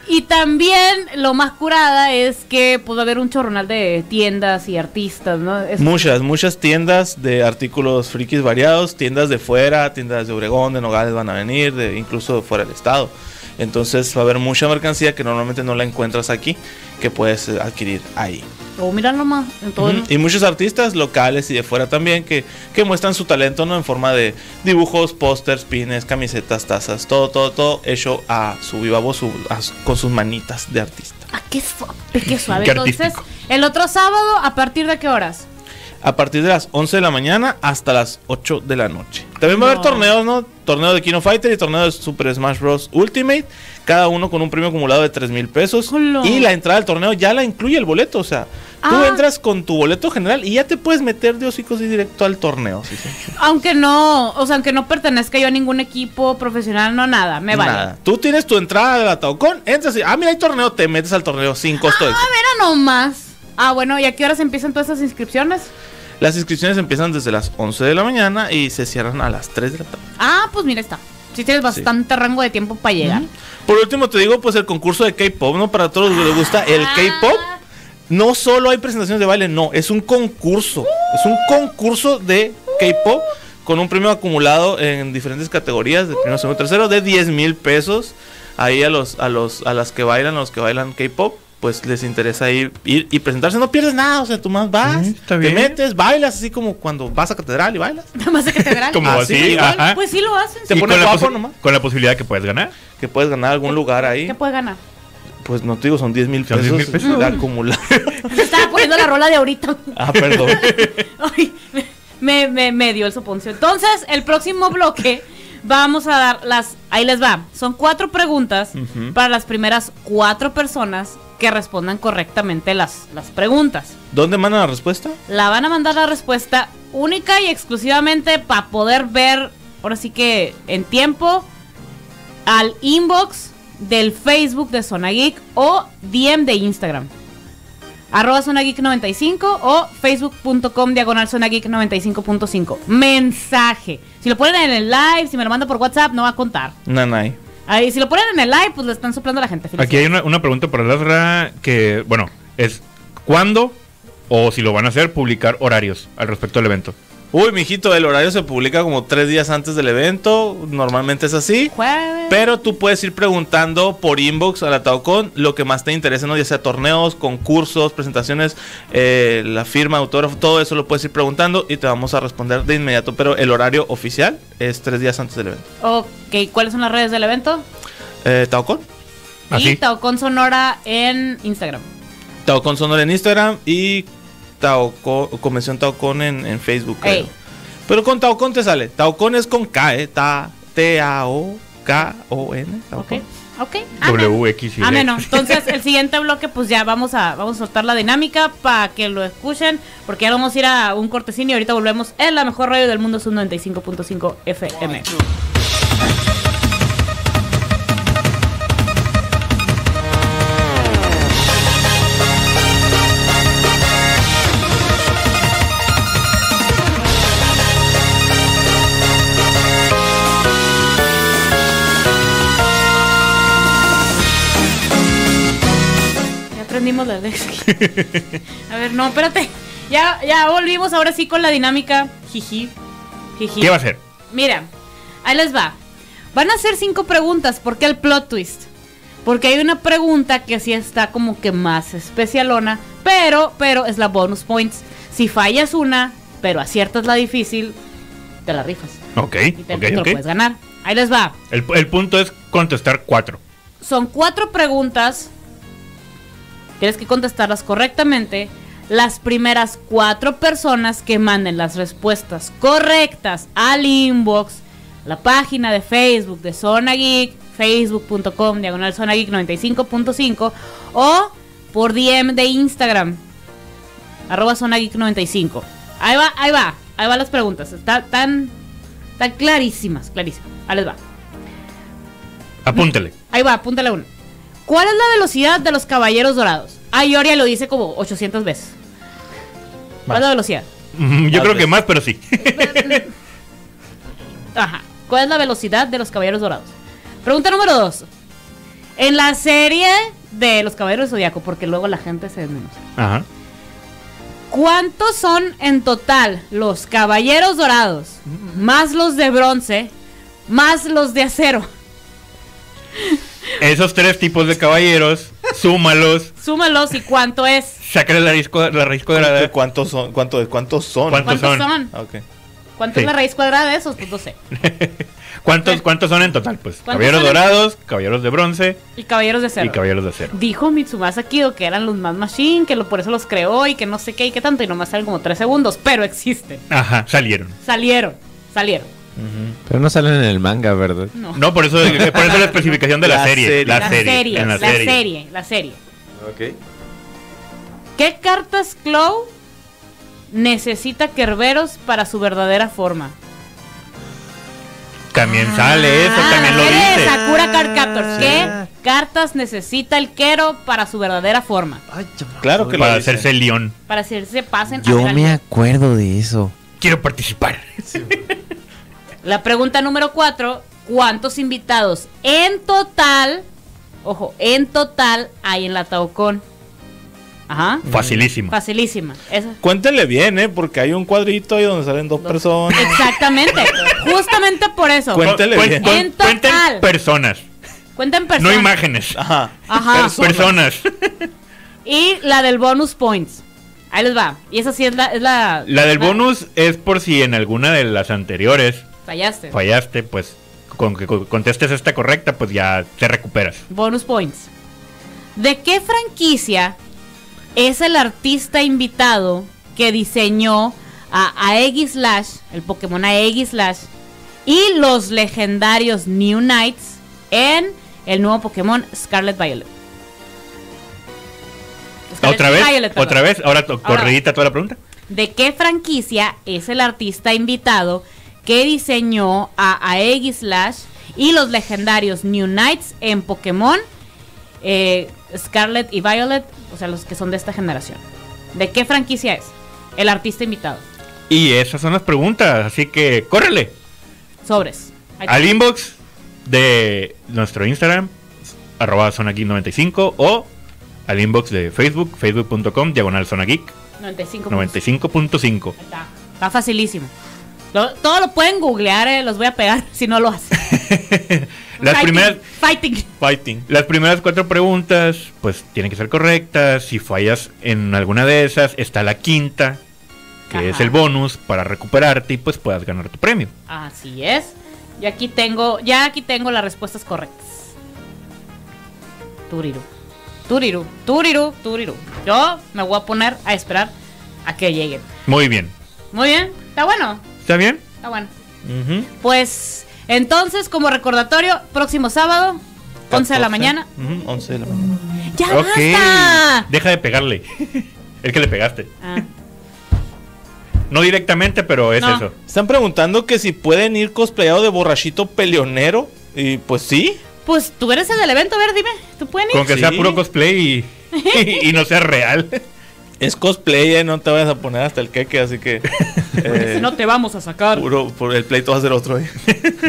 A: Y también lo más curada es que pudo haber un chorronal de tiendas y artistas, ¿no? Es-
D: Muchas, muchas tiendas de artículos frikis variados, tiendas de fuera, tiendas de Obregón, de Nogales van a venir, de, incluso de fuera del estado. Entonces va a haber mucha mercancía que normalmente no la encuentras aquí, que puedes eh, adquirir ahí.
A: Oh, mira nomás. En todo el-
D: Ujú. Y muchos artistas locales y de fuera también que, que muestran su talento ¿no? en forma de dibujos, pósters, pines, camisetas, tazas, todo, todo, todo hecho a su viva voz, su- a su- con sus manitas de artista.
A: Ah, qué suave, qué suave.
B: Qué
A: Entonces,
B: artístico.
A: el otro sábado, ¿a partir de qué horas?
D: a partir de las 11 de la mañana hasta las 8 de la noche. También va a haber
A: No.
D: torneos, ¿no? Torneo de Kino Fighter y torneo de Super Smash Bros. Ultimate, cada uno con un premio acumulado de 3 mil pesos.
A: Hola.
D: Y la entrada al torneo ya la incluye el boleto, o sea, tú
A: Ah.
D: entras con tu boleto general y ya te puedes meter de hocicos y directo al torneo. sí, sí.
A: Aunque no, o sea, aunque no pertenezca yo a ningún equipo profesional, no nada, me vale.
D: Nada. Tú tienes tu entrada de la Taucón, entras y, ah, mira, hay torneo, te metes al torneo sin costo.
A: Ah,
D: extra.
A: Mira nomás. Ah, bueno, ¿y a qué horas empiezan todas esas inscripciones?
D: Las inscripciones empiezan desde las 11 de la mañana y se cierran a las 3 de la tarde.
A: Ah, pues mira, está. Si tienes bastante rango de tiempo para llegar.
D: Por último, te digo, pues el concurso de K-pop, ¿no? Para todos los que les gusta el
A: Ah.
D: K-pop. No solo hay presentaciones de baile, no, es un concurso. Es un concurso de K-pop con un premio acumulado en diferentes categorías, de primero, segundo, tercero, de 10 mil pesos. Ahí a los, a los, a las que bailan, a los que bailan K-pop, pues les interesa ir, ir y presentarse. No pierdes nada, o sea, tú más vas,
B: Mm, está
D: te
B: bien.
D: metes, bailas, así como cuando vas a catedral y bailas.
A: Nada más de catedral.
B: Como
D: Ah,
B: así,
D: sí, igual,
B: ajá.
A: Pues sí lo hacen.
D: Te
A: sí.
B: Y
D: pones
B: con, la
D: guapo
B: posi-
D: nomás.
B: con la posibilidad que puedes ganar.
D: Que puedes ganar algún lugar ahí.
A: ¿Qué puede ganar?
D: Pues no te digo, son 10 mil
B: Son
D: pesos,
B: 10,000 pesos.
D: de acumulado.
A: Yo estaba poniendo la rola de ahorita.
D: Ah, perdón.
A: Ay, me, me, me dio el soponcio. Entonces, el próximo bloque vamos a dar las. Ahí les va. Son cuatro preguntas para las primeras cuatro personas que respondan correctamente las, las preguntas.
D: ¿Dónde mandan la respuesta?
A: La van a mandar la respuesta única y exclusivamente para poder ver, ahora sí que en tiempo, al inbox del Facebook de Zona Geek o DM de Instagram. Arroba Zona Geek 95 o facebook.com diagonal Zona Geek 95.5. Mensaje. Si lo ponen en el live, si me lo manda por WhatsApp, no va a contar.
D: Nanay.
A: Ahí, si lo ponen en el live, pues le están soplando a la gente.
B: Aquí hay una, una pregunta para Lazra que, bueno, es ¿cuándo o si lo van a hacer, publicar horarios al respecto del evento?
D: Uy, mijito, el horario se publica como tres días antes del evento. Normalmente es así.
A: Jueves.
D: Pero tú puedes ir preguntando por inbox a la Taucon lo que más te interese, ¿no? Ya sea torneos, concursos, presentaciones, eh, la firma, autógrafo, todo eso lo puedes ir preguntando y te vamos a responder de inmediato. Pero el horario oficial es tres días antes del evento.
A: Ok, ¿cuáles son las redes del evento?
D: Eh, ¿Taucon?
A: Y
B: Así.
A: Taucón Sonora en Instagram.
D: Taucon Sonora en Instagram y Taucon, Convención Taucon en, en Facebook. creo.
A: Ey.
D: Pero con Taucon te sale. Taucon es con K, ¿eh? Ta- T-A-O-K-O-N.
A: Ok,
D: Taucon.
A: ok. Ah, amén.
B: WX y
A: Amén, ¿no? Entonces, el siguiente bloque, pues ya vamos a, vamos a soltar la dinámica para que lo escuchen, porque ya vamos a ir a un cortecín y ahorita volvemos en la mejor radio del mundo, es un 95.5 FM. Ya aprendimos la Lexi. A ver, no, espérate. Ya, ya volvimos ahora sí con la dinámica. Jiji. Jiji.
B: ¿Qué va a hacer?
A: Mira, ahí les va. Van a hacer cinco preguntas. ¿Por qué el plot twist? Porque hay una pregunta que sí está como que más especialona, pero, pero es la bonus points. Si fallas una, pero aciertas la difícil, te la rifas.
B: Ok,
A: Y te,
B: ok,
A: te lo
B: ok.
A: puedes ganar. Ahí les va.
B: El, el punto es contestar cuatro.
A: Son cuatro preguntas. Tienes que contestarlas correctamente. Las primeras cuatro personas que manden las respuestas correctas al inbox, la página de Facebook de Zona Geek, facebook.com, diagonal Zona Geek 95.5, o por DM de Instagram, arroba Zona Geek 95. Ahí va, ahí va, ahí van las preguntas. Está- Están tan clarísimas, clarísimas. Ahí les va.
B: Apúntele.
A: Ahí va, apúntale uno. ¿Cuál es la velocidad de los caballeros dorados? Ah, Ioria lo dice como 800 veces. ¿Cuál es la velocidad?
B: Mm, Yo
D: Tal
B: creo que
D: vez.
B: más, pero sí.
A: Ajá. ¿Cuál es la velocidad de los caballeros dorados? Pregunta número dos. En la serie de los caballeros zodiaco, porque luego la gente se desmenuza.
B: Ajá.
A: ¿Cuántos son en total los caballeros dorados? Más los de bronce, más los de acero.
B: Esos tres tipos de caballeros, súmalos,
A: Súmalos y cuánto es.
B: sácale la raíz, cua- la raíz
D: ¿Cuánto-
B: cuadrada.
D: ¿Cuántos son? ¿Cuánto- ¿Cuántos son?
B: ¿Cuántos?
A: ¿Cuántos son?
B: son?
D: Ah, ok.
A: ¿Cuánto
B: Sí.
A: es la raíz cuadrada de esos? Pues no sé.
B: ¿Cuántos, ¿Cuántos son en total? Pues
A: ¿Cuántos
B: caballeros
A: son en-
B: dorados, caballeros de bronce
A: Y caballeros de acero.
B: y caballeros de acero.
A: Dijo Mitsumasa Kido que eran los más machine, que lo, por eso los creó y que no sé qué y qué tanto, y nomás salen como tres segundos, pero existen.
B: Ajá, salieron.
A: Salieron, salieron.
C: Pero no salen en el manga, ¿verdad?
A: No.
B: No, por eso, eh, por eso la especificación de la,
D: La
B: serie,
D: serie.
B: La,
A: la,
B: serie.
A: serie,
B: en
A: la, serie. la serie.
C: Ok.
A: ¿Qué cartas Clow necesita Kerberos para su verdadera forma?
B: También
A: Ah,
B: sale eso, también lo
A: la serie de
B: dice.
A: Sakura Card Captors. ¿Qué cartas necesita el Quero para su verdadera forma?
D: Claro que
B: Para
D: lo dicen.
B: hacerse león.
A: Para hacerse pasen a
C: Yo
A: ser
C: me
A: alguien.
C: acuerdo de eso.
B: Quiero participar.
A: La pregunta número cuatro, ¿cuántos invitados en total, ojo, en total hay en la Taucón? Ajá,
B: Facilísimo.
A: facilísima. Esa.
D: Cuéntenle bien, ¿eh? Porque hay un cuadrito ahí donde salen dos personas.
A: Exactamente, justamente por eso.
D: Cuen- Cuéntele
B: Cuen-
D: bien.
B: cuen-
A: En total.
B: cuenten personas,
A: Cuentan
B: no
A: personas. Ah,
B: imágenes. Ah,
D: Ajá.
A: Ajá.
B: Personas.
A: Y la del bonus points. Ahí les va. Y esa sí es la... es la,
B: La del bonus es por si en alguna de las anteriores
A: Fallaste.
B: fallaste, pues con que co- contestes esta correcta, pues ya te recuperas.
A: Bonus points. ¿De qué franquicia es el artista invitado que diseñó a Aegislash, el Pokémon Aegislash, y los legendarios New Knights en el nuevo Pokémon Scarlet Violet?
B: ¿Otra vez?
A: Violet, perdón.
B: ¿Otra vez? Ahora to-
A: Ahora.
B: corridita toda la pregunta.
A: ¿De qué franquicia es el artista invitado que diseñó a Aegislash y los legendarios New Knights en Pokémon eh, Scarlet y Violet? O sea, los que son de esta generación. ¿De qué franquicia es el artista invitado?
B: Y esas son las preguntas, así que córrele
A: Sobres. Ahí
B: al inbox de nuestro Instagram, arroba zonageek95, o al inbox de Facebook, facebook.com, diagonal zonageek95.5.
A: está, 95. puntos. Ahí está. Está facilísimo. Lo- todo lo pueden googlear, eh, los voy a pegar si no lo hacen.
B: Las
A: Fighting,
B: primeras,
A: Fighting.
D: Fighting.
B: Las primeras cuatro preguntas, pues tienen que ser correctas. Si fallas en alguna de esas, está la quinta, que
A: Ajá.
B: es el bonus para recuperarte y pues puedas ganar tu premio.
A: Así es. Yo aquí tengo, ya aquí tengo las respuestas correctas. Turiru. Turiru, turiru, turiru. Yo me voy a poner a esperar a que lleguen.
B: Muy bien.
A: Muy bien, está bueno,
B: ¿Está bien?
A: está bueno.
D: Ujú.
A: Pues entonces, como recordatorio, próximo sábado, 11 de la mañana.
D: Ujú, 11 de la mañana.
A: ¡Ya basta!
B: Deja de pegarle. el que le pegaste.
A: Ah,
B: No directamente, pero es
A: No.
B: eso.
D: Están preguntando que si pueden ir cosplayado de borrachito peleonero. Y pues sí.
A: pues tú eres el del evento, a ver, dime, ¿tú puedes ir?
B: Con que
D: Sí.
B: sea puro cosplay y, y no sea real.
D: Es cosplay, ¿eh? no te vayas a poner hasta el queque, así que. eh,
A: Si no te vamos a sacar.
D: puro, por el pleito va a ser otro. ¿eh?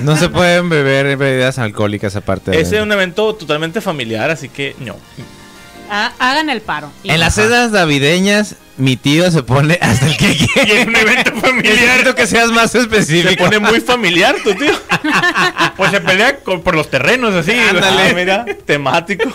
C: No se pueden beber bebidas alcohólicas aparte de
D: Ese es un evento totalmente familiar, así que no.
A: Ah, hagan el paro. Y-
C: En las cenas navideñas, mi tío se pone hasta el que
B: Y
C: quiere.
B: es un evento familiar.
C: Necesito que seas más específico.
D: Se pone muy familiar tu tío.
B: Pues se pelea con- por los terrenos así.
D: Ah, mira, temático.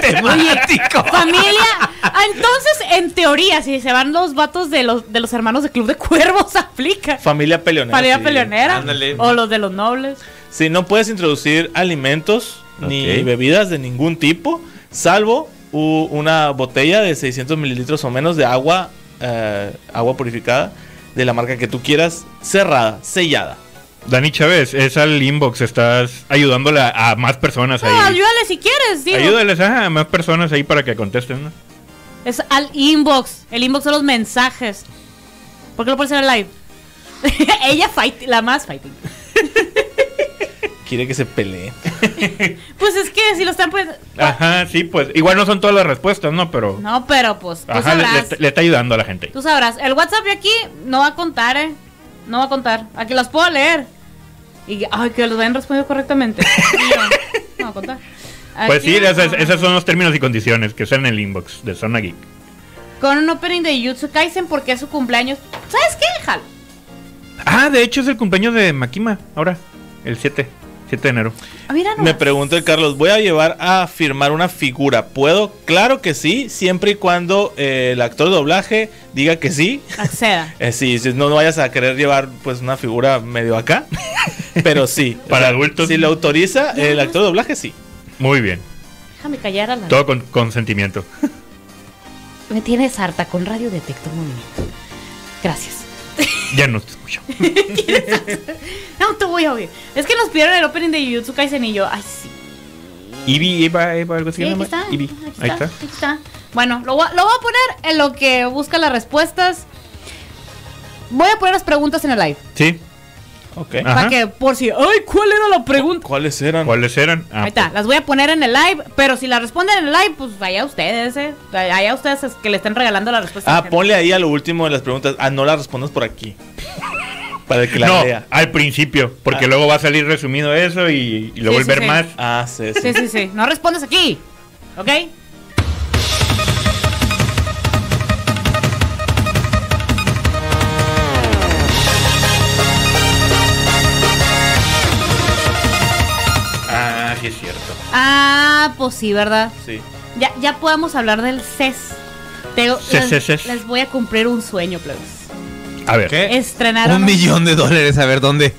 C: temático.
A: Familia. Ah, entonces, en teoría, si se van los vatos de los, de los hermanos del Club de Cuervos, aplica.
D: Familia peleonera.
A: Familia
D: Ah, sí.
A: peleonera.
C: ándale.
A: O los de los nobles.
D: Sí, no puedes introducir alimentos ni
C: Ok.
D: bebidas de ningún tipo, salvo u- una botella de 600 mililitros o menos de agua, eh, agua purificada, de la marca que tú quieras, cerrada, sellada.
B: Dani Chávez, es al inbox, estás ayudándole a, a más personas
A: No,
B: ahí.
A: ayúdale si quieres, digo.
B: Ayúdales ajá, a más personas ahí para que contesten, ¿no?
A: Es al inbox. El inbox son los mensajes. ¿Por qué lo pones en el live? Ella fight, la más fighting.
D: Quiere que se pelee.
A: Pues es que si lo están poniendo.
B: Ajá, sí, pues. Igual no son todas las respuestas, ¿no? Pero.
A: No, pero pues. Tú
B: ajá, le,
A: sabrás.
B: le- le está ayudando a la gente.
A: Tú sabrás. El WhatsApp de aquí no va a contar, ¿eh? No va a contar. Aquí las puedo leer. Y ay, que los hayan respondido correctamente. Y yo, no va a contar.
B: Pues
A: Aquí
B: sí,
A: no.
B: esas- esos son los términos y condiciones que están en el inbox de Zona Geek.
A: Con un opening de Jujutsu Kaisen porque es su cumpleaños. ¿Sabes qué? Déjalo.
B: Ah, de hecho es el cumpleaños de Makima, ahora, el 7, 7 de enero.
A: Ah, mira, no.
D: Me pregunta el Carlos, ¿voy a llevar a firmar una figura? ¿Puedo? Claro que sí, siempre y cuando eh, el actor de doblaje diga que sí.
A: Acceda.
D: Eh, sí, si no, no vayas a querer llevar pues una figura medio acá. Pero sí. o
B: Para adultos.
D: Si lo autoriza el actor de doblaje, sí.
B: Muy bien,
A: Déjame callar a la.
B: todo con consentimiento.
A: Me tienes harta con radio detecto movimiento. Gracias.
B: Ya no te escucho.
A: No te voy a oír. Es que nos pidieron el opening de Jujutsu Kaisen y yo, ay, sí.
B: Ibi, Eva, Eva, algo así.
A: Sí,
B: se
A: aquí
B: llama?
A: está.
B: Ibi.
A: Aquí
B: Ahí
A: está,
B: está.
A: aquí está. Bueno, lo, voy a- lo voy a poner en lo que busca las respuestas. Voy a poner las preguntas en el live.
B: Sí.
D: Ok.
B: Ah. Ajá.
A: Para que, por si. ¡Ay, cuál era la pregunta!
D: ¿Cuáles eran?
B: ¿Cuáles eran? Ah,
A: Ahí está, las voy a poner en el live. Pero si la responden en el live, pues vaya ustedes, ¿eh? Vaya ustedes es que le están regalando la respuesta. a la
D: Ah,
A: gente.
D: ponle ahí a lo último de las preguntas. Ah, no las respondas por aquí. Para que la
B: no,
D: lea.
B: al principio, porque
D: Ah.
B: luego va a salir resumido eso y, y luego
A: Sí,
B: el
A: sí,
B: ver
A: sí.
B: más.
D: Ah, sí, sí.
A: Sí, sí, sí. No respondes aquí. ¿Ok?
B: Ah, sí es cierto.
A: Ah, pues sí, ¿verdad?
D: Sí.
A: Ya, ya podemos hablar del CES. Te-
B: CES, CES,
A: les,
B: CES.
A: les voy a cumplir un sueño, plebes.
B: A ver.
C: ¿Qué?
A: Estrenaron.
C: Un millón de dólares, a ver dónde.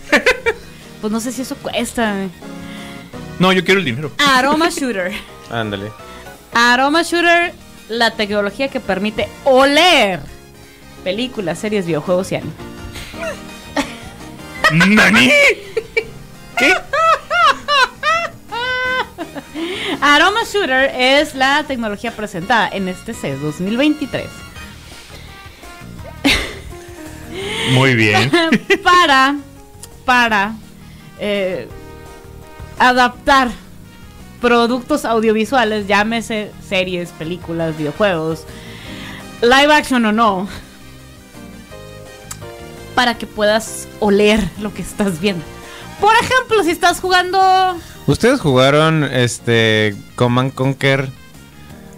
A: Pues no sé si eso cuesta. eh.
B: No, yo quiero el dinero.
A: Aroma Shooter.
C: Ándale.
A: Aroma Shooter, la tecnología que permite oler películas, series, videojuegos y anime.
B: ¡Nani!
A: Aroma Shooter es la tecnología presentada en este CES 2023
B: Muy bien.
A: para, para eh, adaptar productos audiovisuales, llámese series, películas, videojuegos, live action o no, para que puedas oler lo que estás viendo. Por ejemplo, si estás jugando
C: ¿Ustedes jugaron este Command Conquer?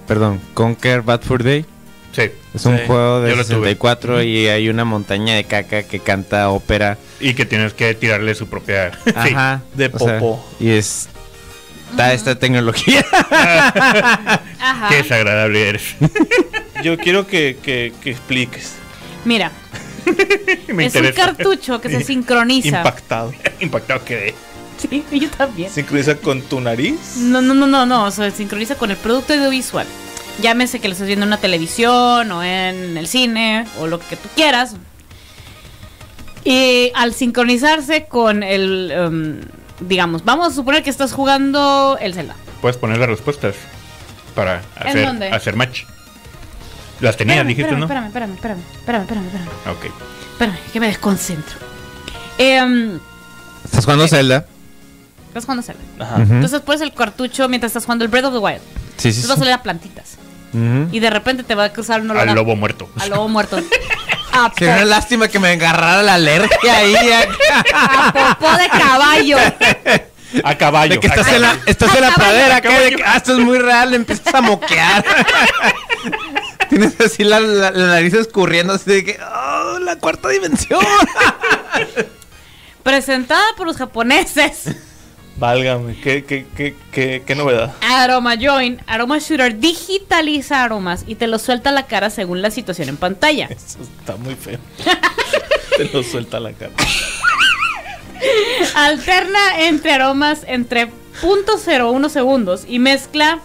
C: Perdón, Conquer Bad Fur Day.
B: Sí.
C: Es un
D: Sí,
C: juego de
B: yo lo tuve.
C: 64 y hay una montaña de caca que canta ópera.
B: Y que tienes que tirarle su propia. Sí.
C: Ajá.
D: de
C: o sea,
D: popó.
C: y es está esta tecnología.
A: Ajá.
B: Qué desagradable eres.
D: Yo quiero que, que- que expliques.
A: Mira,
B: Me
A: es
B: interesa.
A: un cartucho que se sincroniza.
D: Impactado.
B: Impactado quedé.
A: Sí, yo también.
D: Sincroniza con tu nariz.
A: No, no, no, no, no, se sincroniza con el producto audiovisual. Llámese que lo estés viendo en una televisión o en el cine o lo que tú quieras. Y al sincronizarse con el, em, digamos, vamos a suponer que estás jugando el Zelda.
B: Puedes poner las respuestas para hacer,
A: dónde?
B: hacer match. Las tenías,
A: Espérame,
B: dijiste,
A: espérame,
B: ¿no?
A: espérame, espérame, espérame, espérame, espérame, espérame,
B: Ah, Ok.
A: espérame, que me desconcentro. Em,
C: Estás jugando Zelda.
A: estás jugando Zelda.
D: Ajá.
C: Ujú.
A: Entonces pones el cartucho mientras estás jugando el Breath of the Wild.
C: Sí, sí.
A: Entonces
C: sí.
A: vas a oler a plantitas.
C: Ujú.
A: Y de repente te va a cruzar un olor
B: Al
A: a-
B: lobo muerto.
A: Al lobo muerto. A, po-
C: Sería una lástima que me agarrara la alergia ahí.
A: a popó de caballo.
B: A caballo.
C: De que estás
B: a
C: en la,
B: caballo.
C: estás en la
E: Acaba-
C: pradera, acá de que, ah, esto es muy real, empiezas a moquear. Tienes así la, la- la nariz escurriendo, así de que, oh, la cuarta dimensión.
A: Presentada por los japoneses.
D: Válgame, qué, qué, qué, qué, qué novedad.
A: Aroma Join, Aroma Shooter digitaliza aromas y te los suelta a la cara según la situación en pantalla.
D: Eso está muy feo. Te lo suelta la cara.
A: Alterna entre aromas entre 0.01 segundos y mezcla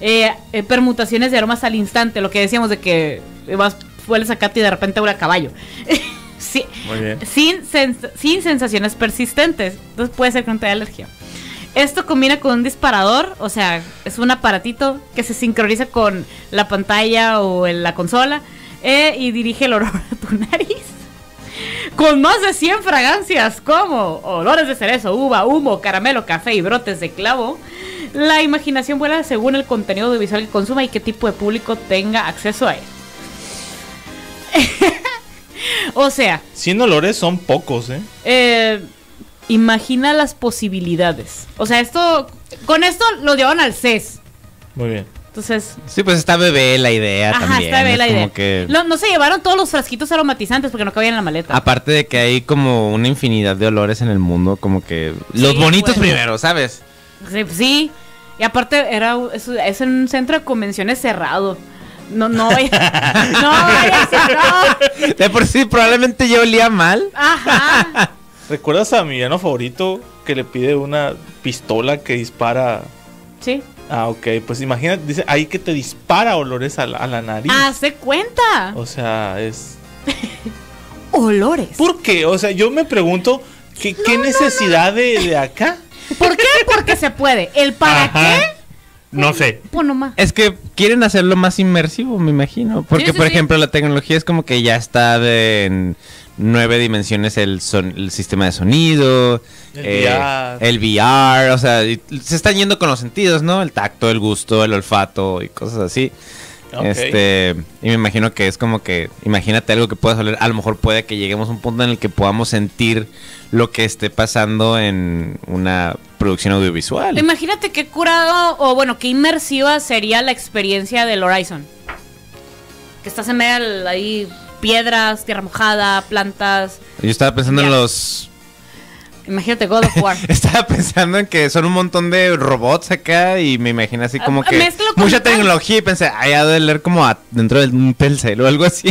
A: eh, eh, permutaciones de aromas al instante. Lo que decíamos de que vas hueles a Katy y de repente huele a caballo. sí,
D: Muy bien.
A: sin, sens- sin sensaciones persistentes. Entonces puede ser que no te dé alergia. Esto combina con un disparador, o sea, es un aparatito que se sincroniza con la pantalla o en la consola eh, y dirige el olor a tu nariz. Con más de 100 fragancias como olores de cerezo, uva, humo, caramelo, café y brotes de clavo, la imaginación vuela según el contenido audiovisual que consuma y qué tipo de público tenga acceso a él. o sea,
D: 100 olores son pocos, ¿eh?
A: eh, imagina las posibilidades. O sea, esto. Con esto lo llevan al CES.
D: Muy bien.
A: Entonces.
C: Sí, pues está bebé la idea
A: Ajá,
C: también.
A: está bien
C: es
A: la
C: como
A: idea.
C: que- Ah.
A: No, no se llevaron todos los frasquitos aromatizantes porque no cabían en la maleta.
C: Aparte de que hay como una infinidad de olores en el mundo, como que los
A: Sí,
C: bonitos
A: bueno.
C: primero, ¿sabes?
A: Sí, sí. Y aparte era es, es en un centro de convenciones cerrado. No, no vaya. no vaya, no.
C: De por sí probablemente yo olía mal.
A: Ajá.
D: ¿Recuerdas a mi villano favorito que le pide una pistola que dispara?
A: Sí.
D: Ah, ok. Pues imagínate, dice ahí que te dispara olores a la, a la nariz.
A: Hace cuenta.
D: O sea, es.
C: Oh.
A: Olores.
D: ¿Por qué? O sea, yo me pregunto, ¿qué, qué necesidad De, de acá?
A: ¿Por qué? Porque se puede. El para
B: Ajá.
A: qué.
B: No sé.
A: Pues nomás.
C: Es que quieren hacerlo más inmersivo, me imagino. Porque,
A: Sí, sí,
C: por
A: sí.
C: ejemplo, la tecnología es como que ya está de- en nueve dimensiones el, son- el sistema de sonido,
D: El
C: eh,
D: VR.
C: el VR, o sea, y se están yendo con los sentidos, ¿no? El tacto, el gusto, el olfato y cosas así.
D: Ok.
C: Este, y me imagino que es como que, imagínate algo que puedas oler, a lo mejor puede que lleguemos a un punto en el que podamos sentir lo que esté pasando en una producción audiovisual.
A: Imagínate qué curado o bueno, qué inmersiva sería la experiencia del Horizon. Que estás en medio del- ahí piedras, tierra mojada, plantas.
C: Yo estaba pensando en
A: Ya.
C: los
A: Imagínate God of War.
C: Estaba pensando en que son un montón de robots acá y me imagino así como
A: Ah,
C: que
A: mezclo con
C: mucha
A: metal.
C: tecnología y pensé, ay, ha de leer como a- dentro de un telcel o algo así.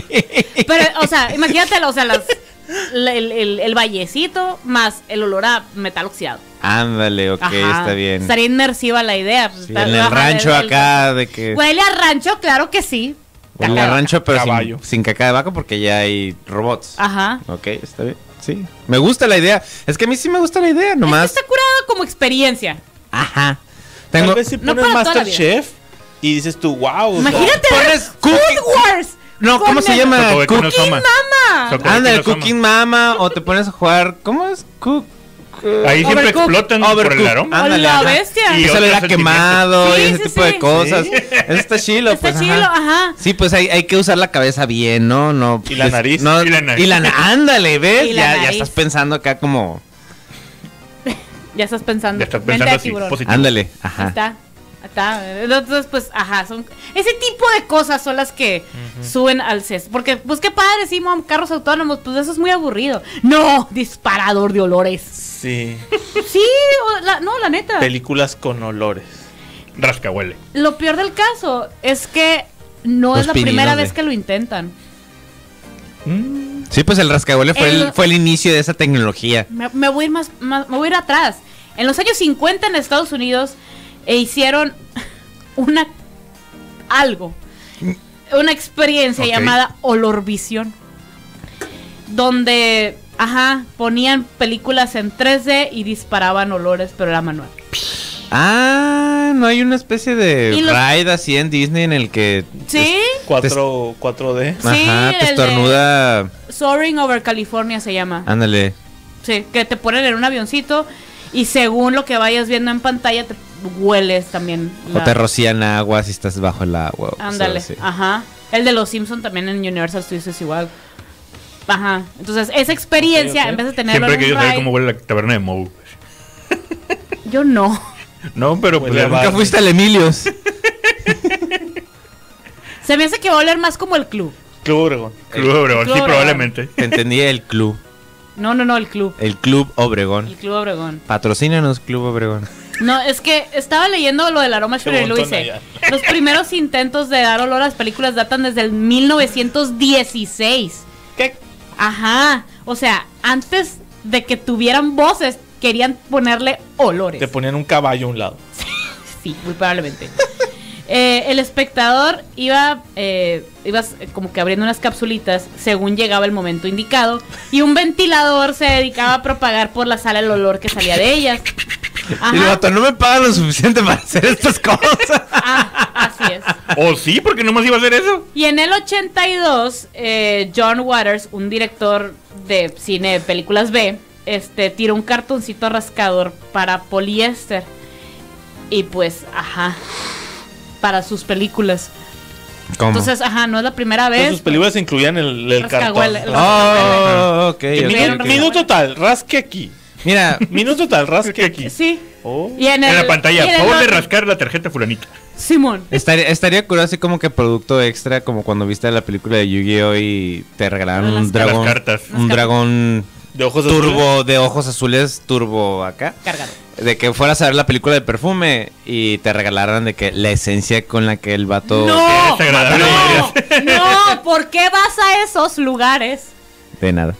A: Pero, o sea, imagínate, o sea, las, la- el, el- el vallecito más el olor a metal oxidado.
C: Ándale, ok,
A: Ajá.
C: está bien.
A: Estaría inmersiva la idea. pues,
C: Sí,
A: está-
C: en el
A: ajá,
C: rancho
A: del-
C: acá eh. de que...
A: Huele a rancho, claro que sí.
C: En el
A: Caca.
C: rancho, pero
B: Caballo.
C: sin, sin caca de vaca porque ya hay robots.
A: Ajá.
C: Ok, está bien. Sí, me gusta la idea. Es que a mí sí me gusta la idea, nomás.
A: Está curado como experiencia.
C: Ajá.
D: Tal
C: Tengo...
D: vez si
A: No
D: pones
A: para toda la
D: Masterchef y dices tú, wow.
A: Imagínate
C: Pones
A: Food
C: cooking-
A: Wars.
C: No,
A: con
C: ¿cómo se
A: el-
C: llama?
B: Socorro,
C: Cooking
B: no soma.
A: Mama.
B: Socorro,
C: Anda,
B: no
C: el
B: soma.
C: Cooking Mama o te pones a jugar. ¿Cómo es? Cook.
B: Ahí siempre
A: Overcooked.
B: explotan por el
C: Overcooked.
B: aroma.
A: A
C: Ándale,
A: la
C: ajá.
A: bestia.
B: Y
C: Que
B: otros
C: se le da
B: sentimientos.
C: quemado
A: Sí,
C: y ese
A: sí,
C: tipo
A: sí.
C: de cosas.
D: Sí.
C: Eso está chilo,
A: Está
C: pues. ajá.
A: chilo, ajá.
C: Sí, pues hay, hay que usar la cabeza bien, ¿no? no
D: Y la
C: des-
D: nariz,
C: no-
B: y la nariz.
C: na- ándale, ¿ves?
A: Y la
C: Ya, ya
A: nariz.
C: estás pensando acá como.
A: Ya estás pensando.
B: Ya estás
A: Mente de
B: pensando así, pues,
A: tiburón.
B: positivo.
C: Ándale,
A: Ahí
C: ajá.
A: Está. ahí Está. Entonces, pues, ajá, son ese tipo de cosas son las que suben al CES. Porque, pues qué padre, sí, mom, carros autónomos, pues eso es muy aburrido. No, disparador de olores.
D: Sí,
A: Sí, o la- no, la neta.
D: películas con olores.
B: Rasca huele.
A: Lo peor del caso es que no
C: Los
A: es la
C: pininos
A: primera
C: de-
A: vez que lo intentan.
C: Sí, pues el rascahuele fue
A: El-
C: el, fue el inicio de esa tecnología.
A: Me, me voy a ir más, más- me voy a ir atrás. En los años 50 en Estados Unidos e hicieron una algo, una experiencia
B: Ok.
A: llamada Olorvisión, donde, ajá, ponían películas en 3D y disparaban olores, pero era manual.
C: Ah, no hay una especie de
A: Y los-
C: ride así en Disney en el que.
A: Sí,
D: Cuatro- 4D.
C: es- ajá,
A: Sí,
C: te
A: el de-
C: estornuda.
A: Soaring over California se llama.
C: Ándale.
A: Sí, que te ponen en un avioncito y según lo que vayas viendo en pantalla te hueles también.
C: O
A: la-
C: te rocían agua si estás bajo el agua. o cosas
A: Ándale, Ah.
C: así.
A: ajá. El de los Simpson también en Universal Studios es igual. Ajá. Entonces, esa experiencia,
D: Ok, ok.
A: en vez de tenerlo
B: Siempre
A: en
B: que
A: un
B: yo saber
A: ride-
B: cómo huele la taberna de Moe.
A: Yo no.
B: No, pero pues,
D: Huele a
B: nunca
D: barro.
B: fuiste-
C: fuiste al Emilios.
A: Se me hace que va a oler más como el club.
D: Club Obregón.
B: Club Obregón, sí,
A: Club Obregón.
B: probablemente.
C: Entendía el club.
A: No, no, no, el club.
C: El Club Obregón.
A: El club Obregón.
C: Patrocínanos, Club Obregón.
A: No, es que estaba leyendo lo del aroma
D: Se
A: Shuri y lo
D: montona
A: hice. Los primeros intentos de dar olor a las películas datan desde el 1916.
D: ¿Qué?
A: Ajá. O sea, antes de que tuvieran voces, querían ponerle olores.
D: Te ponían un caballo a un lado.
A: Sí, muy probablemente. Eh, el espectador iba, eh, ibas, eh, como que abriendo unas capsulitas según llegaba el momento indicado y un ventilador se dedicaba a propagar por la sala el olor que salía de ellas.
C: Y el
A: Ajá,
C: vato, no me pagan lo suficiente para hacer estas cosas.
A: ah, así es.
B: ¿O sí? Porque nomás iba a hacer eso.
A: Y en el 82, eh, John Waters, un director de cine de películas B, este, tiró un cartoncito rascador para poliéster. Y pues, ajá, para sus películas.
C: ¿Cómo?
A: Entonces, ajá, no es la primera
D: Entonces,
A: vez.
D: sus películas incluían el, el cartón.
A: Rascahuele,
D: Ah,
C: oh, ok.
D: que
C: ok,
D: minu-
A: ok.
D: Minuto tal, rasque aquí.
C: Mira,
D: Minuto tal, rasque aquí.
A: Sí.
D: Oh.
A: Y en,
B: En
A: el-
B: la pantalla,
A: y en el
B: favor de
A: otro-
B: rascar la tarjeta fulanita.
A: Simón.
C: estaría, estaría curioso así como que producto extra, como cuando viste la película de Yu-Gi-Oh! y te regalaron
A: Las
C: un dragón.
B: Las cartas.
A: Las
C: Un dragón
D: De ojos azules.
C: turbo de ojos azules, turbo acá.
A: Cargado.
C: De que fueras a ver la película de perfume y te regalaran de que la esencia con la que el vato.
A: No,
B: Es agradable,
A: no, no, ¿por qué vas a esos lugares?
C: De nada.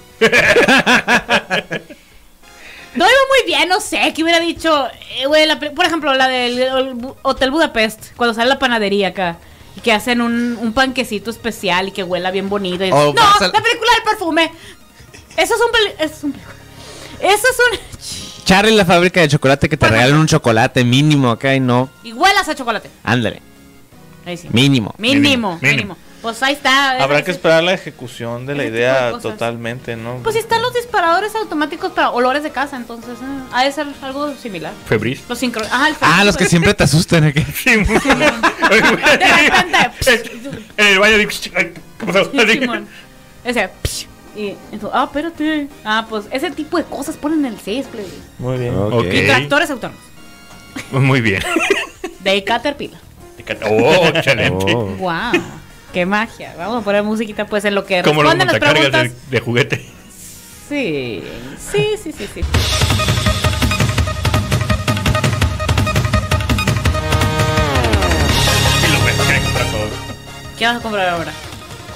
A: No iba muy bien, no sé, que hubiera dicho, eh, güey, la pe- por ejemplo, la del el Bu- Hotel Budapest, cuando sale la panadería acá, y que hacen un, un panquecito especial y que huela bien bonito. y- no,
C: O vas al-
A: la película del perfume. Eso es un... peli- Eso es un... Eso es
C: Charlie la fábrica de chocolate que te regalan un chocolate mínimo acá y no.
A: un... Y huelas a chocolate.
C: Ándale,
A: Ahí sí.
C: mínimo.
A: Mínimo,
B: Mínimo,
A: mínimo.
B: mínimo.
A: Pues ahí está.
D: Habrá
A: ese-
D: que esperar la ejecución de la
A: Ese tipo de
D: idea
A: cosas.
D: totalmente, ¿no?
A: Pues si están los disparadores automáticos para olores de casa, entonces eh, ha de ser algo similar.
B: Febris.
A: Los sincro... Ah, el
C: Ah, los que siempre te asustan. acá.
B: Simón. Ay, güey.
A: De repente.
B: en el baño digo, ay, ¿qué pasó?
A: Sí, Simón. Ese. psh, Y entonces, ah, espérate. Ah, pues ese tipo de cosas ponen en el césped.
D: Muy bien.
C: Ok.
B: Ok.
A: Y tractores autónomos.
B: Muy bien.
A: De Caterpillar.
B: Oh, excelente.
C: Oh.
A: Wow. Qué magia. Vamos a poner musiquita pues en lo que
B: Como los
A: responden las
B: montacargas
A: preguntas.
B: de, de juguete.
A: Sí. Sí, sí, sí, sí.
B: Y lo ves, creen que para todo.
A: ¿Qué vas a comprar ahora?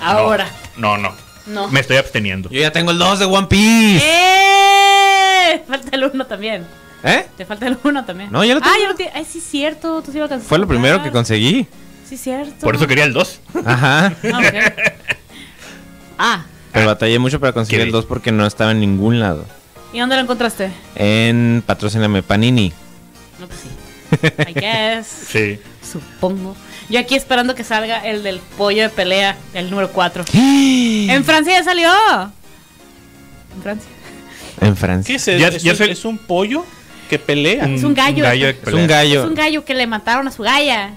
A: Ahora.
B: No, no.
A: No.
B: no. Me estoy absteniendo.
C: Yo ya tengo el 2 de One Piece.
A: ¡Eh! Falta el uno también.
C: ¿Eh?
A: Te falta el uno también.
C: No, ya lo
A: Ah,
C: tengo.
A: ya lo tienes. Ay, sí, cierto. Tú sí lo alcanzaste.
C: Fue lo primero que
A: conseguí.
C: conseguí.
A: Sí, cierto.
B: Por eso quería el 2.
C: Ajá.
A: Ah, ok. Ah,
C: Pero batallé mucho para conseguir
B: ¿Qué?
C: el 2 porque no estaba en ningún lado.
A: ¿y dónde lo encontraste?
C: En Patrocíname Panini.
A: No, pues sí. I guess.
B: Sí.
A: Supongo. Yo aquí esperando que salga el del pollo de pelea, el número 4. ¡Ah! ¡En Francia ya salió! En Francia.
C: En Francia.
D: ¿Qué es, eso?
B: Ya-
D: ¿Es
B: ya
D: un-
B: sé- Mm.
D: es un pollo que pelea.
A: Es un gallo. este.
B: de
A: Es
C: Es un
B: pelea.
C: gallo.
A: Es un gallo que le mataron a su galla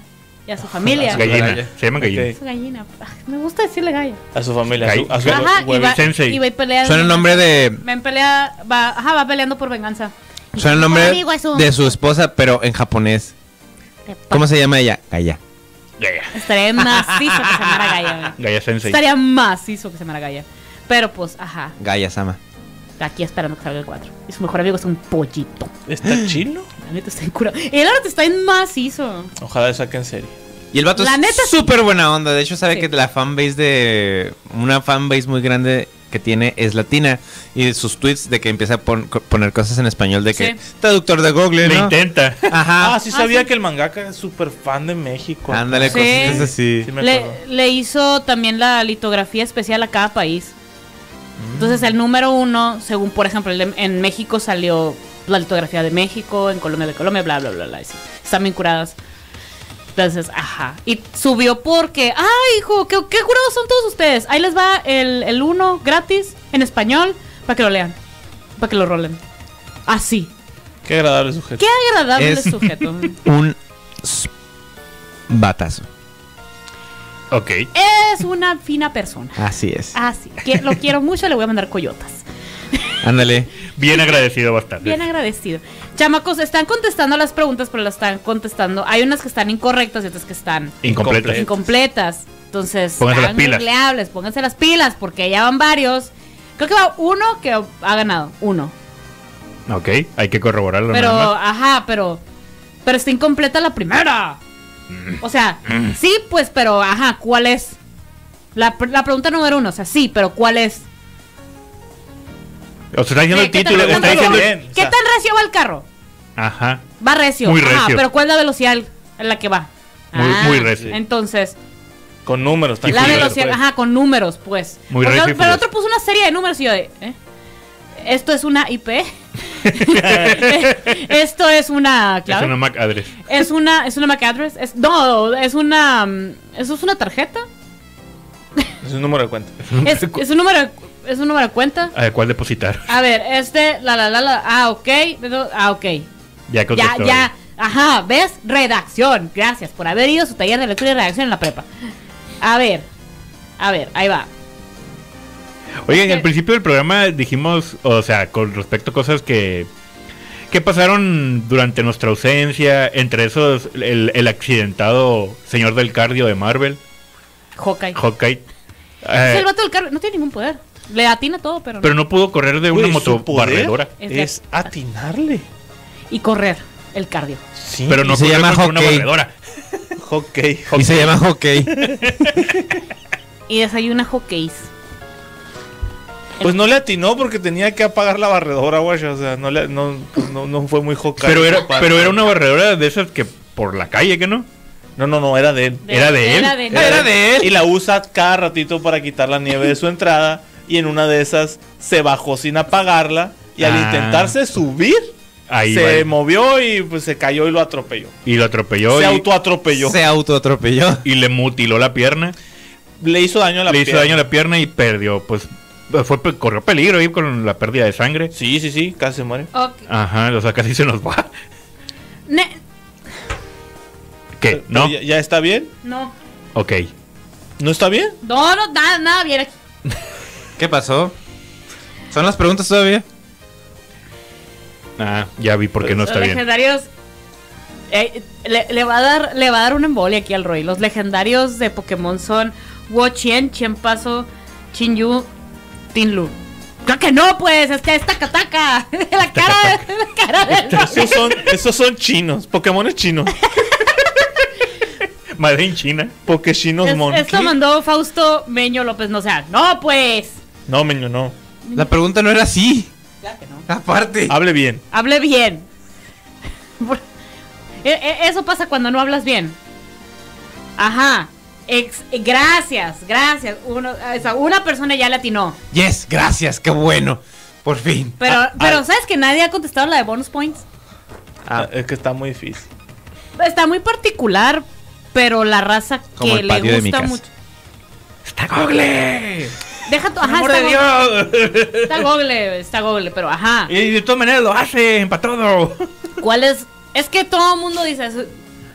A: y
C: Ah,
A: a su familia.
B: Es Gallina.
C: Gallina.
B: Se llaman gallina.
A: Es su gallina. Ah, Me gusta decirle galla.
D: A su familia, a su, a su
A: Ajá, y
D: huevo.
A: va,
B: sensei.
A: y va y pelea.
C: Suena el nombre de.
A: Va en pelea, va, ajá, va peleando por venganza.
C: Suena el
A: Un
C: nombre
A: amigo es un-
C: de su esposa, pero en japonés. ¿Cómo se llama ella? Gaya.
B: Gaya.
A: Estaría macizo que se llamara Gaia. güey.
B: Gaya Sensei.
A: Estaría macizo que se llamara Gaia. Pero pues, ajá,
C: Gaya Sama.
A: aquí esperando que salga el 4. Y su mejor amigo es un pollito.
D: ¿Está chilo?
A: La neta está en cura. Y la neta está en macizo.
D: Ojalá lo saquen serie.
C: Y el vato
A: La neta
C: es súper buena onda. De hecho, sabe
A: Sí.
C: que la fanbase de. Una fanbase muy grande que tiene es latina. Y sus tweets de que empieza a pon- co- poner cosas en español de que.
A: Sí.
C: Traductor de Google,
B: Me
C: ¿no?
B: intenta.
C: Ajá.
D: Ah, sí
A: Ah,
D: sabía
A: sí.
D: que el mangaka es súper fan de México.
C: Ándale,
A: Sí.
C: cositas así.
D: Sí me
A: Le,
D: acuerdo.
A: le hizo también la litografía especial a cada país. Entonces el número uno, según por ejemplo, el de- en México salió la litografía de México, en Colombia de Colombia, bla, bla, bla, bla. y sí, están bien curadas. Entonces, ajá. Y subió porque, ay, hijo, qué, qué curados son todos ustedes. Ahí les va el, el uno gratis en español para que lo lean, para que lo rolen. Así.
D: Qué agradable sujeto.
A: Qué agradable
C: Es-
A: sujeto.
C: Un. s- Batazo.
B: Ok.
A: Es una fina persona.
C: Así es.
A: Ah. Así. Que lo quiero mucho, le voy a mandar coyotas.
C: Ándale.
B: Bien agradecido bastante.
A: Bien agradecido. Chamacos, están contestando las preguntas, pero las están contestando. Hay unas que están incorrectas y otras que están
B: Incompleto.
A: incompletas. Entonces,
B: Pónganse las
A: hagan
B: pilas.
A: googleables, pónganse las pilas, porque ya van varios. Creo que va uno que ha ganado, uno.
B: Ok, hay que corroborarlo.
A: Pero,
B: nada más.
A: ajá, pero. Pero está incompleta la primera. O sea,
B: Mm.
A: sí, pues, pero, ajá, ¿cuál es? La, pr- la pregunta número uno, o sea, sí, pero ¿cuál es?
B: O sea, está diciendo
A: ¿Qué-
B: el
A: qué tan-
B: título,
A: qué
B: está
A: tan-
B: diciendo.
D: bien, o
A: ¿Qué
D: sea.
A: tan recio va el carro?
B: Ajá.
A: Va recio.
B: Muy
A: Ajá,
B: recio.
A: pero ¿cuál es la velocidad en la que va? Ah,
B: Muy- muy recio.
A: Entonces,
D: Con números
B: Y
D: también.
A: la
B: furioso,
A: velocidad,
D: pues.
A: ajá, con números, pues.
B: Muy
A: Porque
B: recio y
A: el- pero el
B: furioso.
A: otro puso una serie de números y yo de. ¿eh? Esto es una IP. Esto es una clave.
B: Es una Mac address.
A: Es una, es una MAC address. Es, no, es una. mm, ¿Eso es una tarjeta?
D: Es un número de cuenta.
A: Es, es un número, de- es un número de cuenta.
B: ¿A cuál depositar?
A: A ver, este, la, la, la, la. Ah, ok. pero- Ah, ok.
B: Ya
A: Ya,
B: contestó.
A: ya. Ajá, ¿ves? Redacción. Gracias por haber ido a su taller de lectura y redacción en la prepa. A ver, a ver, ahí va.
B: Oigan, al principio del programa dijimos, o sea, con respecto a cosas que, que pasaron durante nuestra ausencia, entre esos el, el accidentado señor del cardio de Marvel,
A: Hawkeye.
B: Hawkeye.
A: Es
B: eh,
A: el vato del carro. No tiene ningún poder. Le atina todo, pero no.
B: pero no pudo correr de una
D: Güey, su poder ¿Eh?
B: motobarredora.
A: Es de-
D: Es atinarle.
A: Y correr el cardio.
D: Sí.
B: Pero no
C: Y se
B: corrió
C: llama
B: contra una
C: Hawkeye.
B: barredora.
D: Ok.
C: Y se llama hockey.
A: Y desayuna hockeys.
D: Pues no le atinó porque tenía que apagar la barredora, güey. O sea, no, le, no, pues, no, no fue muy Hawkeye.
B: Pero era, pero era una barredora de esas que por la calle, ¿que no?
D: No, no, no, era de él.
B: ¿Era de él?
A: Era de él.
C: Era de él.
D: Y la usa cada ratito para quitar la nieve de su entrada. Y en una de esas se bajó sin apagarla. Y al
B: Ah.
D: intentarse subir,
B: Ahí
D: se
B: va.
D: movió y pues se cayó y lo atropelló.
B: y lo atropelló
D: se
B: y,
D: autoatropelló.
C: Se autoatropelló.
B: y le mutiló la pierna.
D: Le hizo daño a la
B: le hizo
D: pierna.
B: daño a la pierna y perdió, pues fue pe- corrió peligro ahí con la pérdida de sangre.
D: Sí, sí, sí, casi se muere.
A: Ok.
B: Ajá, o sea, casi se nos va.
A: Ne-
B: ¿Qué?
D: Pero
B: ¿No?
D: ¿Ya, ya está bien?
A: no.
B: Ok.
D: ¿No está bien?
A: No, no, nada, nada bien aquí.
C: ¿Qué pasó? ¿Son las preguntas todavía?
B: Ah, ya vi por qué no
A: Los
B: está bien.
A: legendarios. eh, le, le va a dar, le va a dar un embole aquí al Roy. Los legendarios de Pokémon son Wochien, Chien Paso, Chin Yu, Tin Lu. Claro que no, pues, es que es Takataka. La cara, de- la cara del
B: Este,
D: Esos son, esos son chinos, Pokémon chinos.
B: Madre en China.
D: Pokéchinos
A: Es-
D: Monkey.
A: esto mandó Fausto Meño López, no sea. No, pues.
D: No, meño, no.
C: La pregunta no era así.
A: Claro que no.
C: Aparte.
D: Hable bien.
A: Hable bien. Por- E- e- Eso pasa cuando no hablas bien. Ajá. Ex- gracias, gracias. Uno, o sea, una persona ya le atinó.
C: Yes, gracias, qué bueno. Por fin.
A: Pero,
D: Ah,
A: pero
D: ah.
A: ¿sabes que nadie ha contestado la de bonus points?
D: Ah, es que está muy difícil.
A: Está muy particular, pero la raza
C: Como
A: que
C: el patio
A: le
C: de mi
A: gusta
C: casa.
A: mucho.
B: ¡Está Google!
A: Deja tu, ajá,
B: ¡Amor
A: está
B: de
A: Google,
B: Dios!
A: está Google, está Google, pero ajá.
B: y de todas maneras lo hacen para todo.
A: ¿Cuál es? Es que todo el mundo dice eso.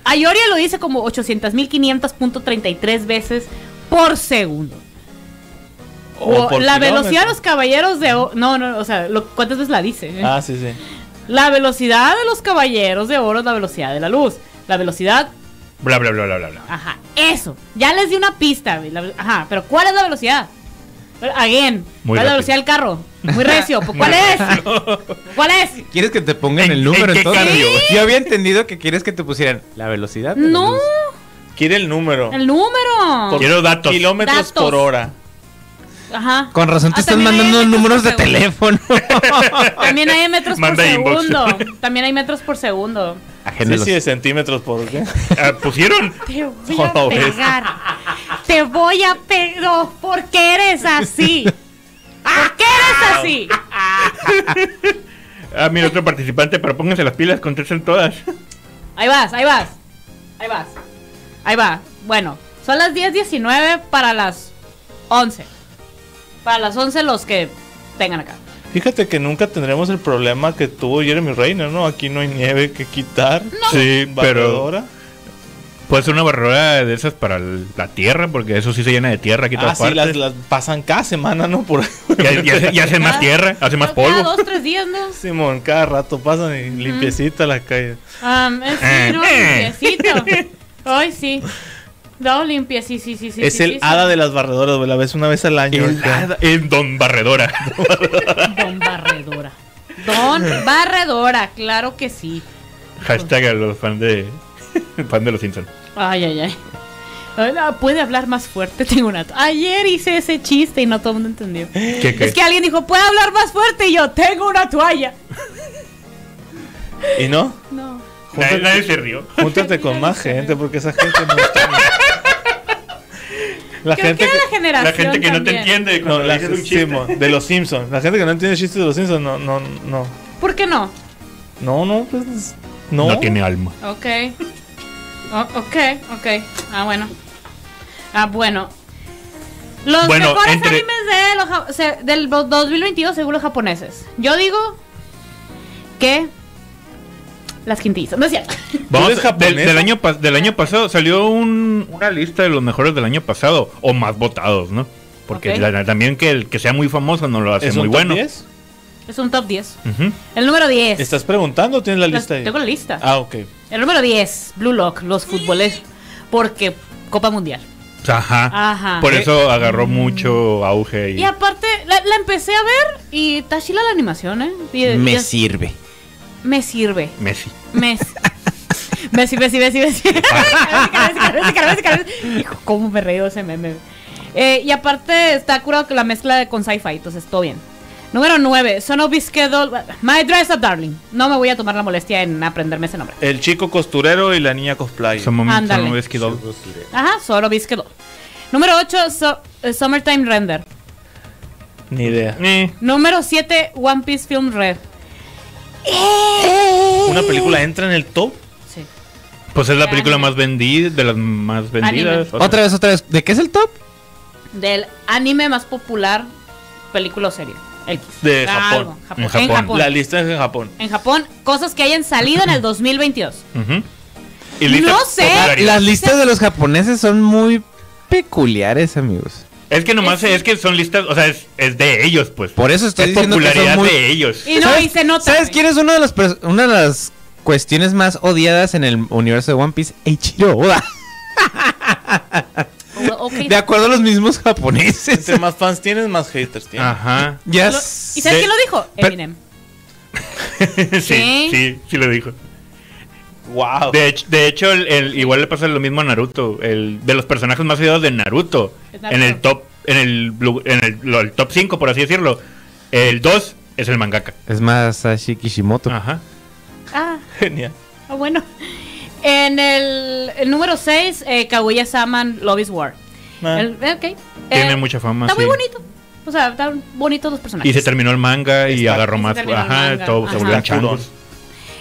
A: Ayoria lo dice como 800.500.33 veces por segundo.
D: O
A: O
D: por
A: la
D: kilómetro.
A: velocidad de los caballeros de oro. No, no, o sea, lo- ¿cuántas veces la dice? eh?
D: Ah, sí, sí.
A: La velocidad de los caballeros de oro es la velocidad de la luz. La velocidad,
B: Bla, bla, bla, bla, bla. bla.
A: ajá, eso. Ya les di una pista, güey, la ve- ajá, pero ¿cuál es la velocidad? Pero, Again,
B: Muy
A: ¿cuál es la
B: rápido.
A: velocidad del carro? Muy recio, pues, ¿cuál es? ¿Cuál es?
C: ¿Quieres que te pongan
B: ¿En-
C: el número
B: en qué
C: entonces?
B: cambio?
C: Yo había entendido que quieres que te pusieran la velocidad. de la
A: No,
C: luz.
D: Quiere el número.
A: el número.
D: Por
B: Quiero datos.
D: Kilómetros
A: Datos.
D: por hora.
A: Ajá.
C: Con razón
A: Ah,
C: te están
A: también hay
C: mandando
A: metros
C: números
A: por
C: de
A: segundo.
C: teléfono.
A: También hay metros
B: Manda
A: por
B: inbox.
A: segundo. También hay metros por segundo.
C: Ajeno a
D: Sí,
C: los-
D: sí, de centímetros por qué.
B: Ah, ¿Pusieron?
A: Te voy
D: No
A: a
D: lo ves.
A: pegar. Te voy a pegar. porque eres así. ¿Por qué eres así?
B: Ah, mira, otro participante, pero pónganse las pilas, contesten todas.
A: Ahí vas, ahí vas. Ahí vas. Ahí va. Bueno, son las 10.19 para las 11. Para las 11 los que tengan acá.
D: Fíjate que nunca tendremos el problema que tuvo Jeremy Reiner, ¿no? Aquí no hay nieve que quitar. Ah,
B: Sí, pero
D: Barredora.
B: puede ser Pues una barredora de esas para el- la tierra, porque eso sí se llena de tierra aquí en
D: Ah,
B: todas
D: sí,
B: partes.
D: las, las pasan cada semana, ¿no? Por
B: Ya, ya- ya hace
A: Ah,
B: más tierra, hace más
A: Cada
B: polvo.
A: dos, tres días, ¿no?
D: Simón, cada rato pasan y limpiecita la calle.
A: Ah, es
B: Eh.
A: sí, no, limpiecito. Ay, sí. No, limpia, sí, sí, sí, sí.
D: es
A: sí,
D: el
A: sí,
D: hada de las barredoras, güey. La ves una vez al año.
B: El,
D: ahorita.
B: el don Barredora.
A: Don Barredora. Don Barredora, claro que sí.
B: Hashtag a los fans de, fan de los Simpsons.
A: Ay, ay, ay. Ay, no, Puede hablar más fuerte, tengo una. Ayer hice ese chiste y no todo el mundo entendió.
B: ¿Qué, qué?
A: Es que alguien dijo, puede hablar más fuerte y yo, tengo una toalla.
D: ¿Y no?
A: No.
B: Nadie,
D: Júntate,
B: nadie se rió.
D: júntate con más gente porque esa gente no está. La
A: Creo
D: gente
A: que era
D: que-
A: la generación.
B: La gente que no te
A: también.
B: entiende
D: No,
B: cuando le
D: la,
B: dices un
D: sí,
B: chiste.
D: mo, de los Simpsons. La gente que no entiende chistes de los Simpsons, no, no, no.
A: ¿Por qué no?
D: No, no, pues. No.
B: No tiene alma.
A: Ok. O- Oh, ok, ok. Ah, bueno. Ah, bueno. Los
B: Bueno,
A: mejores
B: entre-
A: animes de los ja- se- del 2022 según los japoneses. Yo digo que las quintillizas. No es cierto.
B: Vamos,
D: eres japonés?
B: del, del año, pas- del año pasado salió un- una lista de los mejores del año pasado o más votados, ¿no? Porque
A: Ok.
B: la- también que el que sea muy famoso no lo hace
D: ¿Es
B: muy
D: un top
B: bueno.
D: 10?
A: Es un top 10.
B: Ujú.
A: El número 10.
D: ¿Estás preguntando o tienes la
A: Las-
D: lista ahí?
A: Tengo la lista.
D: Ah, ok.
A: El número 10, Blue Lock, los futboleros. Porque Copa Mundial.
B: Ajá.
A: Ajá.
D: Eh,
B: Por eso agarró mucho auge. Y,
A: Y aparte, la, la empecé a ver y está chila la animación, ¿eh? Y- y
C: Me
A: es-
C: sirve.
A: me sirve.
B: Messi.
A: Mes. Messi, Messi, Messi, Messi. Hijo, cómo me reí de ese meme. Eh, y aparte está curado que la mezcla de- con sci-fi, entonces todo bien. Número 9, Son of Schedule, My Dress Up Darling. No me voy a tomar la molestia en aprenderme ese nombre.
D: El chico costurero y la niña cosplay.
B: Son momentos
A: Ándale.
B: son momentos que do-
D: pues.
A: Ajá, Son of Schedule. Número 8, Summertime Render.
D: Ni idea.
B: Eh,
A: Número 7, One Piece Film Red.
D: ¿Una película entra en el top?
A: Sí.
B: pues es la
A: Ya,
B: película
A: anime.
B: más vendida, de las más vendidas.
A: Anime.
B: O sea,
C: Otra vez, otra vez. ¿De qué es el top?
A: Del anime más popular, película o serie. El
D: De Japón.
A: Algo, Japón.
B: En
A: En
B: Japón.
A: Japón.
D: La lista es en Japón.
A: en Japón cosas que hayan salido en el 2022.
B: ujú. Y lista
A: No sé.
B: popularidad.
C: Las listas de los japoneses son muy peculiares, amigos.
B: Es que nomás es que son listas, o sea, es, es de ellos, pues.
C: Por eso estoy
B: es
C: diciendo que son
B: popularidad
C: muy-
B: de ellos.
A: Y no, y se nota.
C: ¿Sabes
A: güey.
C: quién es una de, las pers- una de las cuestiones más odiadas en el universo de One Piece? Eiichiro Oda.
A: O- Oh, ok.
C: De acuerdo a los mismos japoneses.
D: Entre más fans tienes, más haters tienes.
B: Ajá.
C: Ya
A: Lo- ¿Y
C: sé.
A: sabes quién lo dijo?
C: Pero-
A: Eminem.
B: sí,
A: Sí. Ah,
B: sí, sí lo dijo.
D: Wow.
B: De hecho, de hecho el- el- igual le pasa lo mismo a Naruto. El, de los personajes más odiados de Naruto,
A: Es Naruto.
B: En el top, en el, lu- en el, lo- el top 5, por así decirlo. El 2 es el mangaka.
C: Es Masashi Kishimoto.
B: Ajá.
A: Ah,
D: Genial.
A: ah, bueno. En el, el número 6, Kaguya Saman Love is War.
D: Ah.
A: El- eh, ok. Eh,
B: Tiene mucha fama.
A: Está muy
B: sí.
A: bonito. O sea, están bonitos los personajes.
B: Y se terminó el manga y
D: Está-
B: agarró
A: Y se
B: más.
A: terminó el
B: Ajá,
A: manga.
B: todo
A: Ajá.
B: se volvieron
D: Está culón.
B: changos.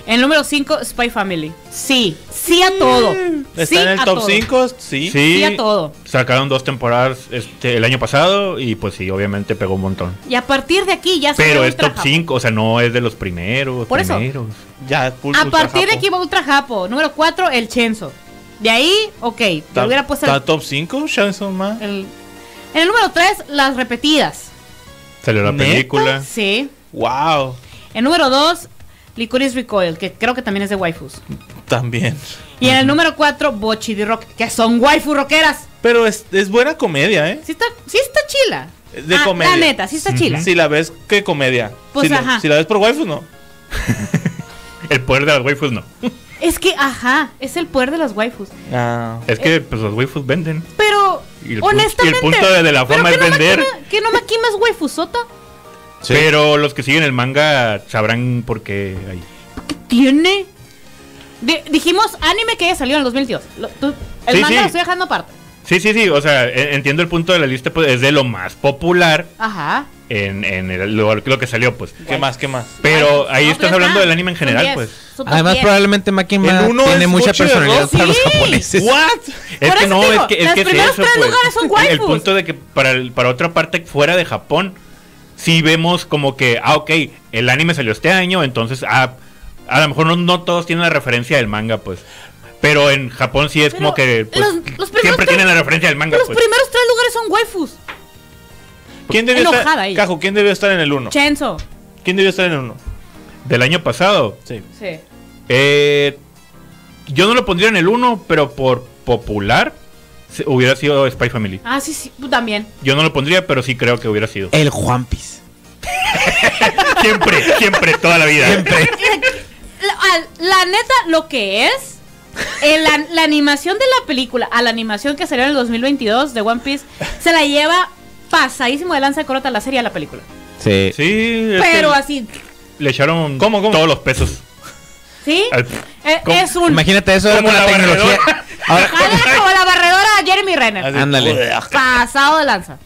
A: El número 5, Spy Family. Sí, sí a todo.
D: Mm. ¿Está
A: sí
D: en el
A: a
D: top
A: todo.
D: 5?
A: Sí
D: Sí.
B: Sí,
A: a todo.
B: sacaron dos temporadas este, el año pasado y pues sí, obviamente pegó un montón.
A: Y a partir de aquí ya se
B: Pero
A: ve
B: es
A: ultra
B: top
A: japo.
B: 5, o sea, no es de los primeros.
A: Por eso.
B: primeros.
D: Ya, full
A: A
D: ultra
A: partir de
D: japo.
A: aquí va Ultra Japo. Número 4, el Chenzo. De ahí, ok.
D: ¿Está-
A: Lo hubiera puesto
D: ¿Está
A: el,
D: top 5? Shanson más.
A: el- En el número 3, las repetidas.
B: Salió la
D: ¿Neta?
B: película.
A: Sí.
D: Wow.
A: El número 2, Licorice Recoil, que creo que también es de waifus.
D: También.
A: Y en el número 4, Bochi de Rock, que son waifu rockeras.
D: Pero es, es buena comedia, ¿eh?
A: Sí está, sí está chila.
D: De
A: Ah,
D: comedia.
A: La neta, sí está chila.
D: Si la ves, ¿qué comedia?
A: Pues,
D: si, la-
A: ajá.
D: si la ves por waifu, no.
B: El poder de las waifus no.
A: Es que, ajá, es el poder de las waifus.
D: Ah.
B: Es que pues los waifus venden.
A: Pero,
B: Y el pu-
A: honestamente.
B: y el punto de- de la
A: ¿pero
B: fama
A: que
B: es
A: no
B: vender.
A: maquima- Que no maquimas waifusota.
C: Sí.
B: Pero los que siguen el manga sabrán por qué hay.
A: ¿Qué tiene? De- dijimos anime que haya salido en el 2022. Lo- tú- el
B: Sí,
A: manga
B: sí.
A: lo estoy dejando aparte.
B: Sí, sí, sí, o sea, e- entiendo el punto de la lista, pues es de lo más popular
A: Ajá.
B: en, en el- lo, lo que salió, pues.
D: ¿Qué más? ¿Qué más?
B: Pero ahí
A: No,
B: estás
A: pero
B: hablando
A: está.
B: del anime en
A: Son
B: general,
A: 10,
B: pues.
A: son top
C: Además,
A: 10.
C: probablemente Makima
D: El uno
C: tiene
D: es
C: mucha
D: ocho de
C: personalidad
D: dos.
C: para los
A: Sí.
C: japoneses.
D: ¿What?
B: Es
A: Por
B: que
A: eso
B: no,
A: digo,
B: es que, es
A: las
B: que
A: primeras tres
B: pues,
A: lugares son
B: el- El
A: waifus.
B: punto de que para, el- para otra parte fuera de Japón, sí vemos como que, ah, ok, el anime salió este año, entonces, ah, a lo mejor no, no todos tienen la referencia del manga, pues. Pero en Japón sí es
A: Pero
B: como que pues,
A: los- los primeros
B: siempre
A: tres-
B: pues. tienen la referencia del manga,
A: Pero los
B: pues.
A: primeros tres lugares son waifus.
D: ¿Quién debió
A: Enojada
D: estar?
A: ella.
D: Cajo, ¿quién debió estar en el 1?
A: Chenzo.
D: ¿Quién debió estar en el 1?
B: Del año pasado.
D: Sí.
A: Sí.
B: Eh, yo no lo pondría en el 1, pero por popular se- hubiera sido Spy Family.
A: Ah, sí, sí, tú también.
B: Yo no lo pondría, pero sí creo que hubiera sido.
E: El Juanpis.
B: Siempre, siempre, toda la vida. Siempre.
A: La, al- la neta, lo que es. eh, la, la animación de la película a la animación que salió en el 2022 de One Piece se la lleva pasadísimo de lanza de corota la serie a la película.
B: Eh,
C: Sí.
B: Sí, es que
A: Pero así,
B: le echaron
D: ¿Cómo, cómo?
B: todos los pesos.
A: ¿sí?
B: al-
A: Eh,
B: ¿cómo?
A: es un.
C: Imagínate eso
B: Como
C: con la
B: la
C: tecnología.
B: barredora.
C: Ahora-
A: Jala como la barredora a Jeremy Renner.
D: Así,
C: Ándale.
D: joder.
A: Pasado de lanza.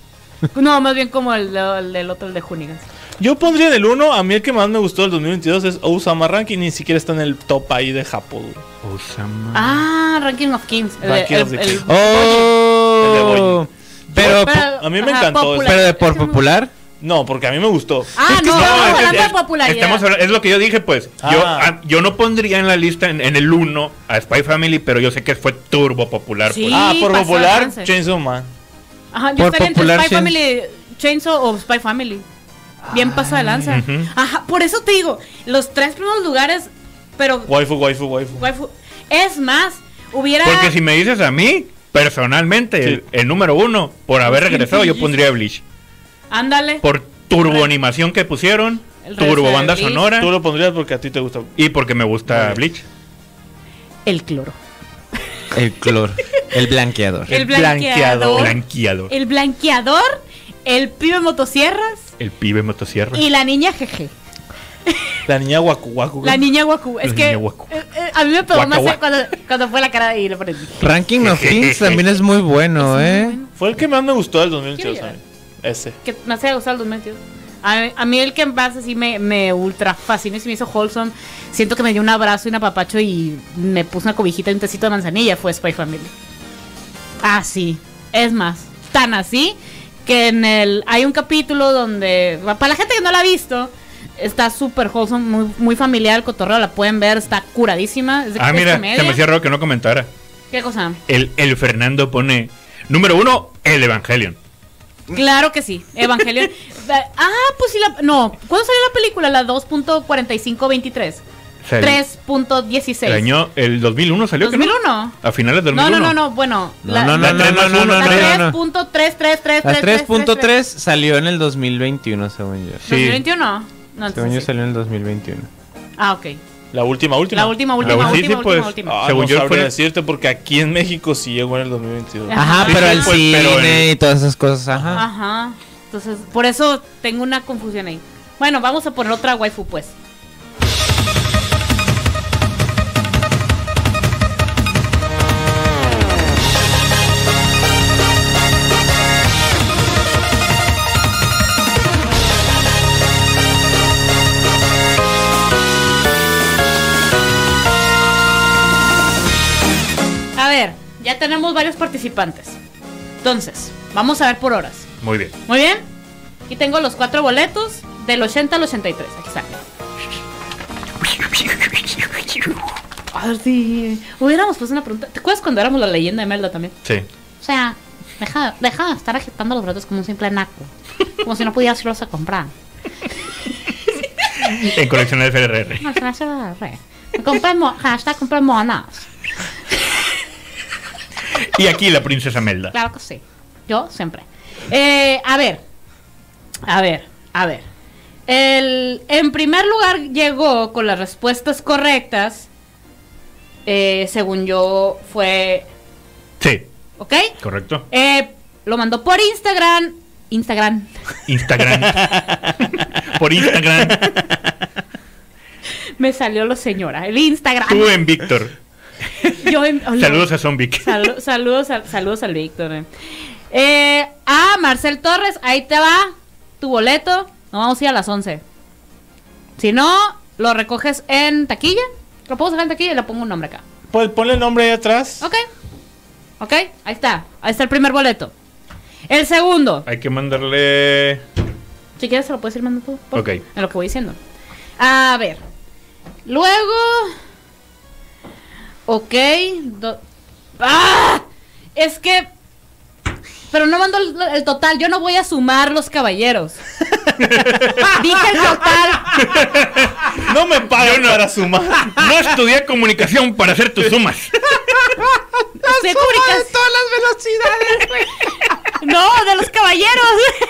A: No, más bien como el, el del otro, el de Hooligans.
D: Yo pondría en el 1, a mí el que más me gustó del 2022 es Ousama Rank y ni siquiera está en el top ahí de Japón. güey.
B: Osama.
A: Ah, Ranking of Kings. El,
D: Ranking
A: el-
D: of the
A: el-
D: Kings. El de
C: Oh.
D: Boy.
C: Pero,
D: a mí me encantó
C: pero de por popular.
D: No, porque a mí me gustó.
A: Ah, no, estamos hablando de popularidad.
B: Estamos hablando- es lo que yo dije, pues. Yo,
D: Ah.
B: ah, yo no pondría en la lista en, en el 1 a Spy Family, pero yo sé que fue turbo popular.
A: Sí.
B: pues.
D: ah, por
A: pasó
D: popular,
A: alcance.
D: Chainsaw Man.
A: Ajá, yo
C: Por
A: estaría entre
C: popular,
A: Spy
C: Chains-
A: Family, Chainsaw o Spy Family. Bien pasado de lanza.
B: Ah, ujú.
A: Ajá, por eso te digo, los tres primeros lugares, pero
D: Waifu, waifu, waifu.
A: waifu- es más, hubiera
B: Porque si me dices a mí, personalmente,
D: Sí.
B: el, el número 1, por haber regresado, yo pondría Bleach.
A: ándale.
B: Por turbo animación que pusieron,
A: El resto
B: turbo
A: de
B: banda
A: Bleach.
B: sonora
D: Tú lo pondrías porque a ti te gusta.
B: y porque me gusta
D: Muy
B: Bleach.
A: el cloro.
C: El clor. El blanqueador.
A: El,
D: blanqueador.
A: blanqueador.
B: Blanqueado. El,
A: El blanqueador, el pibe motosierras
B: pibe motosierra.
A: y la niña jeje.
D: La niña Waku Waku.
A: La niña Waku. Es
B: La
A: que
B: niña Waku.
A: eh, eh, a mí me pegó
B: Waka
A: más
B: waka.
A: cuando, cuando fue la cara de ahí lo aprendí.
C: Ranking of Kings también es muy bueno, ¿eh?
D: Fue el que más me gustó del 2022
A: Quiero
D: a
A: llorar.
D: mí. Ese.
A: Que me hacía gustar los metidos. A, mí- a mí el que más así me, me ultra fascinó y se me hizo wholesome. Siento que me dio un abrazo y un apapacho y me puso una cobijita y un tecito de manzanilla. Fue Spy Family. Así. Es más, tan así que en el hay un capítulo donde para la gente que no la ha visto está súper wholesome, muy, muy familiar el cotorreo, la pueden ver, está curadísima. Es de
B: ah, mira,
A: comedia.
B: se me hacía raro que no comentara.
A: ¿Qué cosa?
B: El, el Fernando pone, número 1, el Evangelion.
A: Claro que sí, Evangelion. ah, pues sí, la. No, ¿cuándo salió la película? La 2.4523.
B: O sea, el-
A: 3.16.
B: El año, el 2001 salió, que no?
A: 2001.
B: A finales del
A: No,
B: 2001.
A: no, no, no, bueno.
C: No,
A: la-
C: no, no,
A: la-
C: no,
A: la
C: no, no, no, no, no, no.
A: 3.3333.
C: La 3.3 salió en el 2021, según yo.
B: Sí.
A: 2021. No,
C: Según yo
A: entonces sí.
C: salió en el 2021.
A: Ah, ok.
D: La última, última.
A: La última,
B: La
A: última,
B: última, sí,
A: última,
B: pues.
A: última, última.
D: Ah,
B: Según
D: no
B: yo,
D: sabría
B: fue-
D: decirte porque aquí en México sí llegó en el 2022.
A: Ah.
C: Ajá,
A: Sí,
C: pero
A: sí,
C: el
B: pues,
C: cine
B: pero el-
C: y todas esas cosas, ajá.
A: Ajá. Entonces, por eso tengo una confusión ahí. Bueno, vamos a poner otra waifu, pues. A ver, ya tenemos varios participantes. Entonces, vamos a ver por horas.
B: Muy bien.
A: Muy bien. Aquí tengo los cuatro boletos del 80 al 83. Aquí están. A ver si hubiéramos puesto una pregunta. ¿Te acuerdas cuando éramos la leyenda de Melda también?
B: Sí.
A: O sea, deja, deja de estar agitando los boletos como un simple naco. Como si no pudieras irlos a comprar.
B: En colecciones de FRR.
A: No, se me hace la re. Compré mo- hashtag compré monas.
B: Y aquí la princesa Melda.
A: Claro que sí. Yo siempre. Eh, a ver. A ver, a ver. El, en primer lugar llegó con las respuestas correctas. eh, según yo fue...
B: Sí,
A: ¿Ok?
B: correcto.
A: Eh, lo mandó por Instagram. Instagram.
B: Instagram. Por Instagram.
A: Me salió lo señora. El Instagram.
B: Tú en Víctor.
A: Yo en- hola.
B: Saludos a Zombic.
A: Salu- saludos, al- saludos al Víctor. eh. Eh, ah, Marcel Torres, ahí te va tu boleto. Nos vamos a ir a las 11. Si no, lo recoges en taquilla. Lo puedo sacar en taquilla y le pongo un nombre acá.
D: Pues ponle el nombre ahí atrás.
A: Ok. Ok, ahí está. Ahí está el primer boleto. El segundo.
B: Hay que mandarle.
A: Si quieres, se lo puedes ir mandando tú. por-
B: Ok.
A: En lo que voy diciendo. A ver. Luego. Ok. do- ¡Ah! Es que.
E: Pero no mando el, el total. Yo no voy a sumar los caballeros. Dije el total.
D: No me pagan para sumar.
B: No estudié comunicación para hacer tus sumas.
A: Estudié comunicación-
C: todas las velocidades, güey.
A: No, de los caballeros.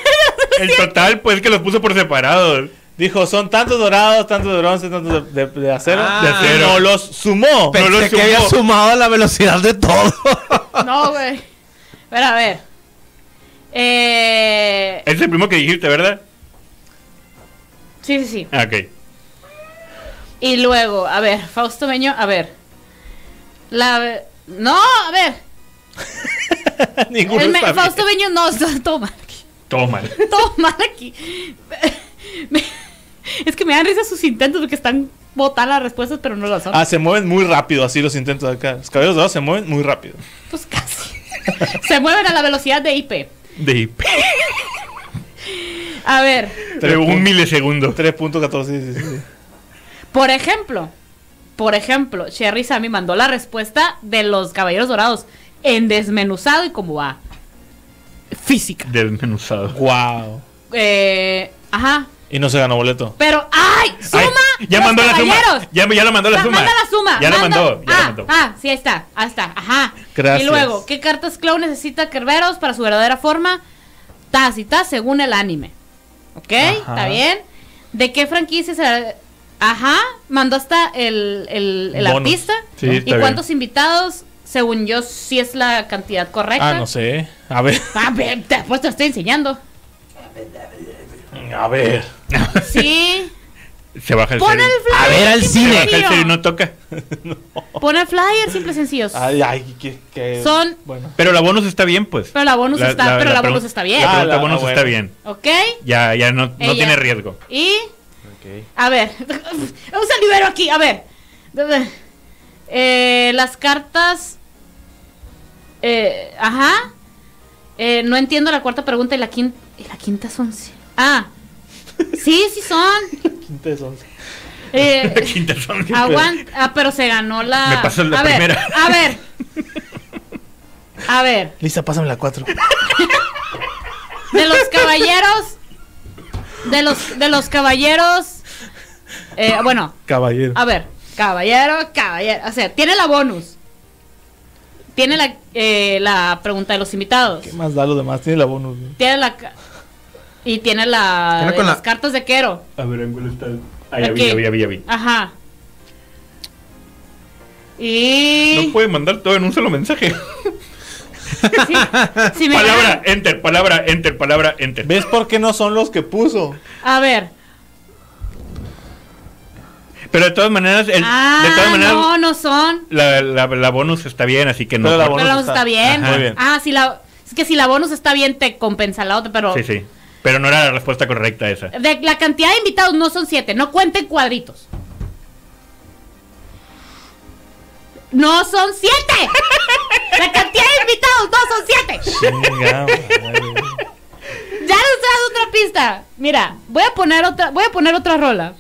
B: El total, pues, que los puso por separado.
D: Dijo, son tantos dorados, tantos de bronce, tantos de, de- de acero.
C: Ah.
D: De acero. No los sumó.
B: Pe-
C: Pensé
B: lo
C: que había
B: sumó.
C: sumado la velocidad de todo.
A: No, güey. Pero a ver. Eh,
B: Es el primo que dijiste, ¿verdad?
A: sí, sí, sí.
B: Ah, ok.
A: Y luego, a ver, Fausto Meño, a ver. La. No, a ver.
D: Ninguno
A: el me-
D: está bien.
A: Fausto Meño no, está- todo mal aquí.
B: Todo mal.
A: Todo mal aquí. Me- es que me dan risa sus intentos porque están botadas las respuestas, pero no las son.
D: Ah, se mueven muy rápido así los intentos de acá. Los caballeros dorados se mueven muy rápido.
A: Pues casi. Se mueven a la velocidad de IP.
B: De
A: A ver,
B: de un milisegundo.
D: 3.14. sí, sí, sí.
A: por ejemplo, por ejemplo, Sherry Sammy mandó la respuesta de los Caballeros Dorados en desmenuzado y como va. Física.
B: Desmenuzado.
D: Wow.
A: Eh, ajá.
D: Y no se ganó boleto.
A: Pero, ¡ay! ¡Suma!
B: Ay, ya
A: los
B: mandó la suma.
A: caballeros!
B: Ya, ya la mandó la
A: Ma-
B: suma.
A: Manda la suma.
B: Ya la
A: manda-
B: mandó. Ya
A: ah,
B: la mandó.
A: ah, sí, ahí está. Ahí está. Ajá.
D: Gracias.
A: Y luego, ¿qué cartas Clow necesita Kerberos para su verdadera forma? Tácita, según el anime. ¿Ok?
D: Ajá.
A: ¿Está bien? ¿De qué franquicia será? Ajá. Mandó hasta el, el, el
D: Bonus.
A: artista.
B: Sí,
A: ¿Y
B: está bien.
A: cuántos invitados? Según yo, sí es la cantidad correcta.
D: Ah, no sé. A ver.
A: Ah, ve- te- pues te lo estoy enseñando.
D: A ver.
A: Sí.
B: Se baja el
A: ah. Pon
B: serio.
A: el flyer.
C: A ver al
A: simple
B: Se
C: cine.
B: baja el
A: sencillo.
B: serio y no toca.
A: Pon el flyer, simple y sencillo.
D: Ay, ay, que. que-
A: Son-
D: Bueno.
B: Pero la bonus está bien, pues.
A: Pero la bonus está- pero la bonus
B: pregun-
A: está bien.
B: La
D: Ah,
B: pregunta
D: la-
B: bonus
D: ah, bueno.
B: está bien.
A: ¿Ok?
B: Ya, ya no, no
A: Ella.
B: tiene riesgo.
A: Y. A ver. Vamos a libero aquí. A ver. Eh, las cartas. eh, ajá. Eh, no entiendo la cuarta pregunta y la quinta. Y la quinta son. ci- Ah. Sí, sí son.
D: Quinta de once.
A: Eh,
B: Quinta son-
A: aguanta. Ah, pero se ganó la.
B: Me pasó la
A: a ver,
B: primera.
A: a ver. A ver.
D: Lisa, pásame la 4.
A: De los caballeros. De los, de los caballeros. eh, bueno,
D: Caballero.
A: a ver. Caballero, caballero. O sea, tiene la bonus. Tiene la, eh, la pregunta de los invitados.
D: ¿Qué más da los demás? Tiene la bonus. güey.
A: Tiene la. ca- Y tiene la.
C: Tiene
A: de
C: con
A: las
C: la-
A: cartas de Quero.
B: A ver, ¿en cuál está? el- Ah, ya
A: Aquí.
B: vi, ya vi, ya vi, ya vi.
A: Ajá. Y.
B: No puede mandar todo en un solo mensaje.
A: sí, sí me
B: Palabra,
A: ganan.
B: enter, palabra, enter, palabra, enter.
D: ¿Ves por qué no son los que puso?
A: A ver.
B: Pero de todas maneras, el-
A: ah,
B: de todas maneras
A: no, no son.
B: la, la- la bonus está bien, así que no.
D: Pero la
A: Pero la
D: bonus
A: bonus está
D: está-
A: bien.
B: Ajá.
D: Muy bien.
A: Ah, si la. Es que si la bonus está bien, te compensa la otra, pero.
B: Sí, sí. Pero no era la respuesta correcta esa.
A: De la cantidad de invitados no son siete, no cuenten cuadritos. No son siete. La cantidad de invitados no son siete.
D: Venga, madre.
A: Ya nos das otra pista. Mira, voy a poner otra, voy a poner otra rola.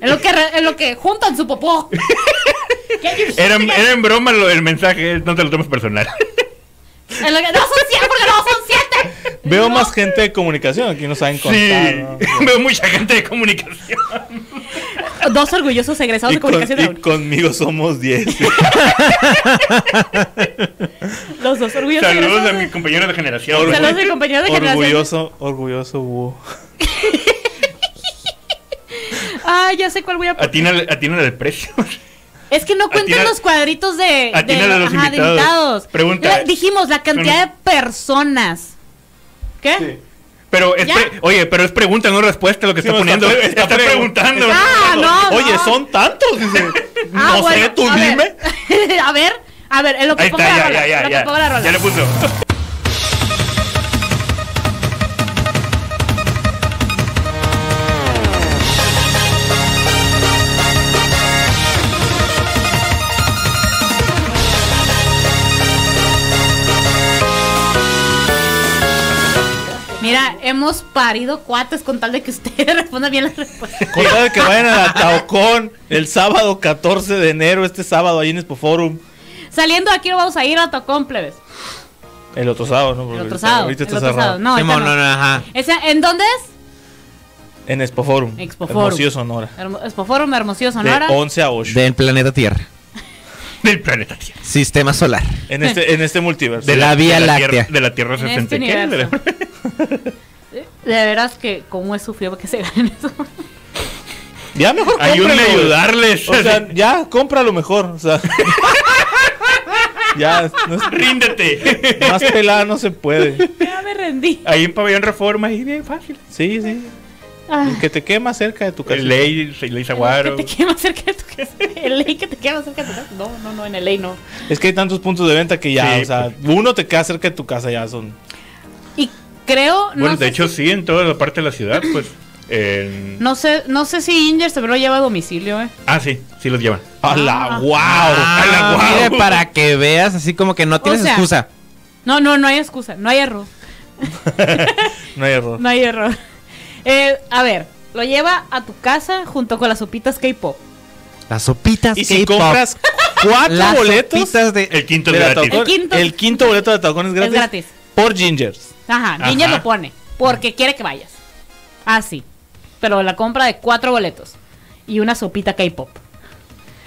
A: En lo que, re- en lo que juntan su popó. ¿Qué?
B: Era, era en broma lo- el mensaje, no te lo tomes personal.
A: En lo que- no son siete porque no son siete.
D: Veo
A: No.
D: más gente de comunicación que no saben
B: Sí,
D: contar. ¿no?
B: veo mucha gente de comunicación.
A: Dos orgullosos egresados
D: Y,
A: de
D: con-
A: comunicación de la
D: y conmigo somos 10.
A: UNI. Los dos orgullosos
B: Saludos a
A: egresados.
B: mis compañeros de generación.
D: Saludos
A: Saludos a mi compañero de generación.
D: orgulloso, orgulloso búho.
A: Ah, ya sé cuál voy a poner.
B: Atina, atina el precio.
A: Es que no cuentan
B: Atínale-
A: los cuadritos de,
B: atínale a los
A: ajá, de
B: invitados.
A: invitados.
B: Pregunta.
A: La- dijimos la cantidad de personas. ¿Qué?
B: Pero es
A: ¿Ya?
B: pre- oye, pero es pregunta, no respuesta lo que
D: Sí,
B: está
D: no,
B: poniendo.
D: pre-
B: Está, preguntando.
A: Ah, no,
D: Oye,
A: no.
D: son tantos. dice.
A: Ah,
D: no sé,
A: bueno,
D: tú
A: a ver.
D: dime.
A: a ver, a ver, en lo que
B: Ahí
A: pongo la
B: está, ya,
A: rola.
B: ya,
A: en
B: ya,
A: lo que
B: ya.
A: pongo la rola.
B: Ya le puso.
A: Mira, hemos parido cuates con tal de que usted responda bien la respuesta.
D: Con tal de que vayan a la Taucón el sábado 14 de enero, este sábado ahí en Expo Forum.
A: Saliendo de aquí vamos a ir a Tocón, plebes.
D: El otro sábado, ¿no?
A: El
D: Porque
A: otro
D: ahorita-
A: sábado.
D: Ahorita
A: el
D: está
A: otro
D: cerrado.
A: sábado. No, ahorita
C: Simón,
A: no.
C: no, no, ajá.
A: Esa- ¿En dónde es?
D: En Expoforum.
A: Expoforum.
D: Hermosillo, Sonora.
A: Hermo- Expoforum, Hermosillo, Sonora.
D: De 11 a 8.
C: Del planeta Tierra.
B: Del planeta Tierra.
C: Sistema solar.
D: En, este, en este multiverso.
C: De la Vía Láctea.
B: Tierra, de la Tierra
A: En este
B: 60. ¿Qué?
A: universo. De veras que cómo he sufrido que se ganen eso.
D: Ya mejor
B: Ayúdenme a
D: cómpralo.
B: ayudarles.
D: O sea, ya cómpralo mejor. O sea. ya, no es-
B: Ríndete.
D: más pelada no se puede.
F: Ya me rendí.
B: Ahí en Pabellón Reforma, ahí bien fácil.
D: Sí, sí.
A: Ah,
D: El que te quede más cerca de tu casa.
B: Ley, Ley Zaguaro.
F: Que te quede más cerca de tu casa. El ley que te quede más cerca de tu casa. No, no, no, en el ley no.
D: Es que hay tantos puntos de venta que ya,
B: Sí,
D: o sea, uno te queda cerca de tu casa, ya son.
A: Y creo, no,
B: Bueno,
A: sé,
B: de hecho, sí, en toda la parte de la ciudad, pues. en-
A: no sé, no sé si Inger se lo lleva a domicilio, eh.
B: Ah, sí, sí los llevan.
D: ¡A la wow!
B: Ah.
D: ¡A la
B: guau.
C: mire, para que veas, así como que no tienes
A: sea,
C: excusa.
A: No, no, no hay excusa, no hay error.
D: guau! No hay error.
A: No hay error. Eh, a ver, lo lleva a tu casa junto con las sopitas K-pop.
C: Las sopitas
D: Y si
C: K-pop,
D: compras cuatro
C: las
D: boletos
C: sopitas de...
B: El quinto
D: de
B: es
D: la
B: gratis.
D: Taucón,
A: El quinto-
D: el quinto boleto de Taucón es gratis,
A: Es gratis.
D: por Gingers.
A: Ajá, Inger
B: Ajá.
A: lo pone porque quiere que vayas. Ah, sí. Pero la compra de cuatro boletos y una sopita K-pop.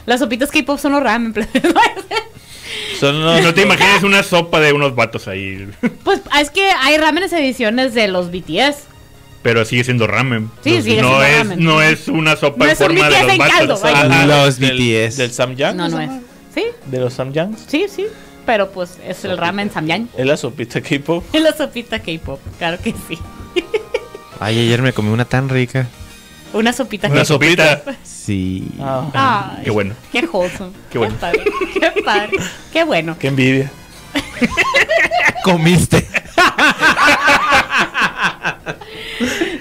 A: Las sopitas K-pop son los ramen.
D: Son
B: No,
D: los-
B: no te imagines una sopa de unos vatos ahí.
A: Pues es que hay ramenes ediciones de los BTS.
B: Pero sigue siendo ramen.
A: Sí, sigue
B: no
A: siendo
B: es,
A: ramen.
B: No es una sopa
A: No
B: en
A: es un
B: forma de
A: BTS
B: los
A: en
B: vatos.
A: caldo, vaya.
B: Ajá.
C: Los
D: del,
C: BTS.
D: Del Samyang.
A: No, no es. Sí,
D: De los Samyangs.
A: sí, sí. Pero pues es el ramen Samyang.
D: Es la sopita K-pop.
A: Es la sopita K-pop, claro que sí.
C: Ay, ayer me comí una tan rica.
A: Una sopita
B: Una
A: K-pop.
B: sopita.
C: Sí.
D: Ah,
A: Ay,
B: Qué bueno.
A: Qué joso.
B: Qué bueno.
A: padre. Qué padre. Qué bueno.
D: Qué envidia.
C: Comiste.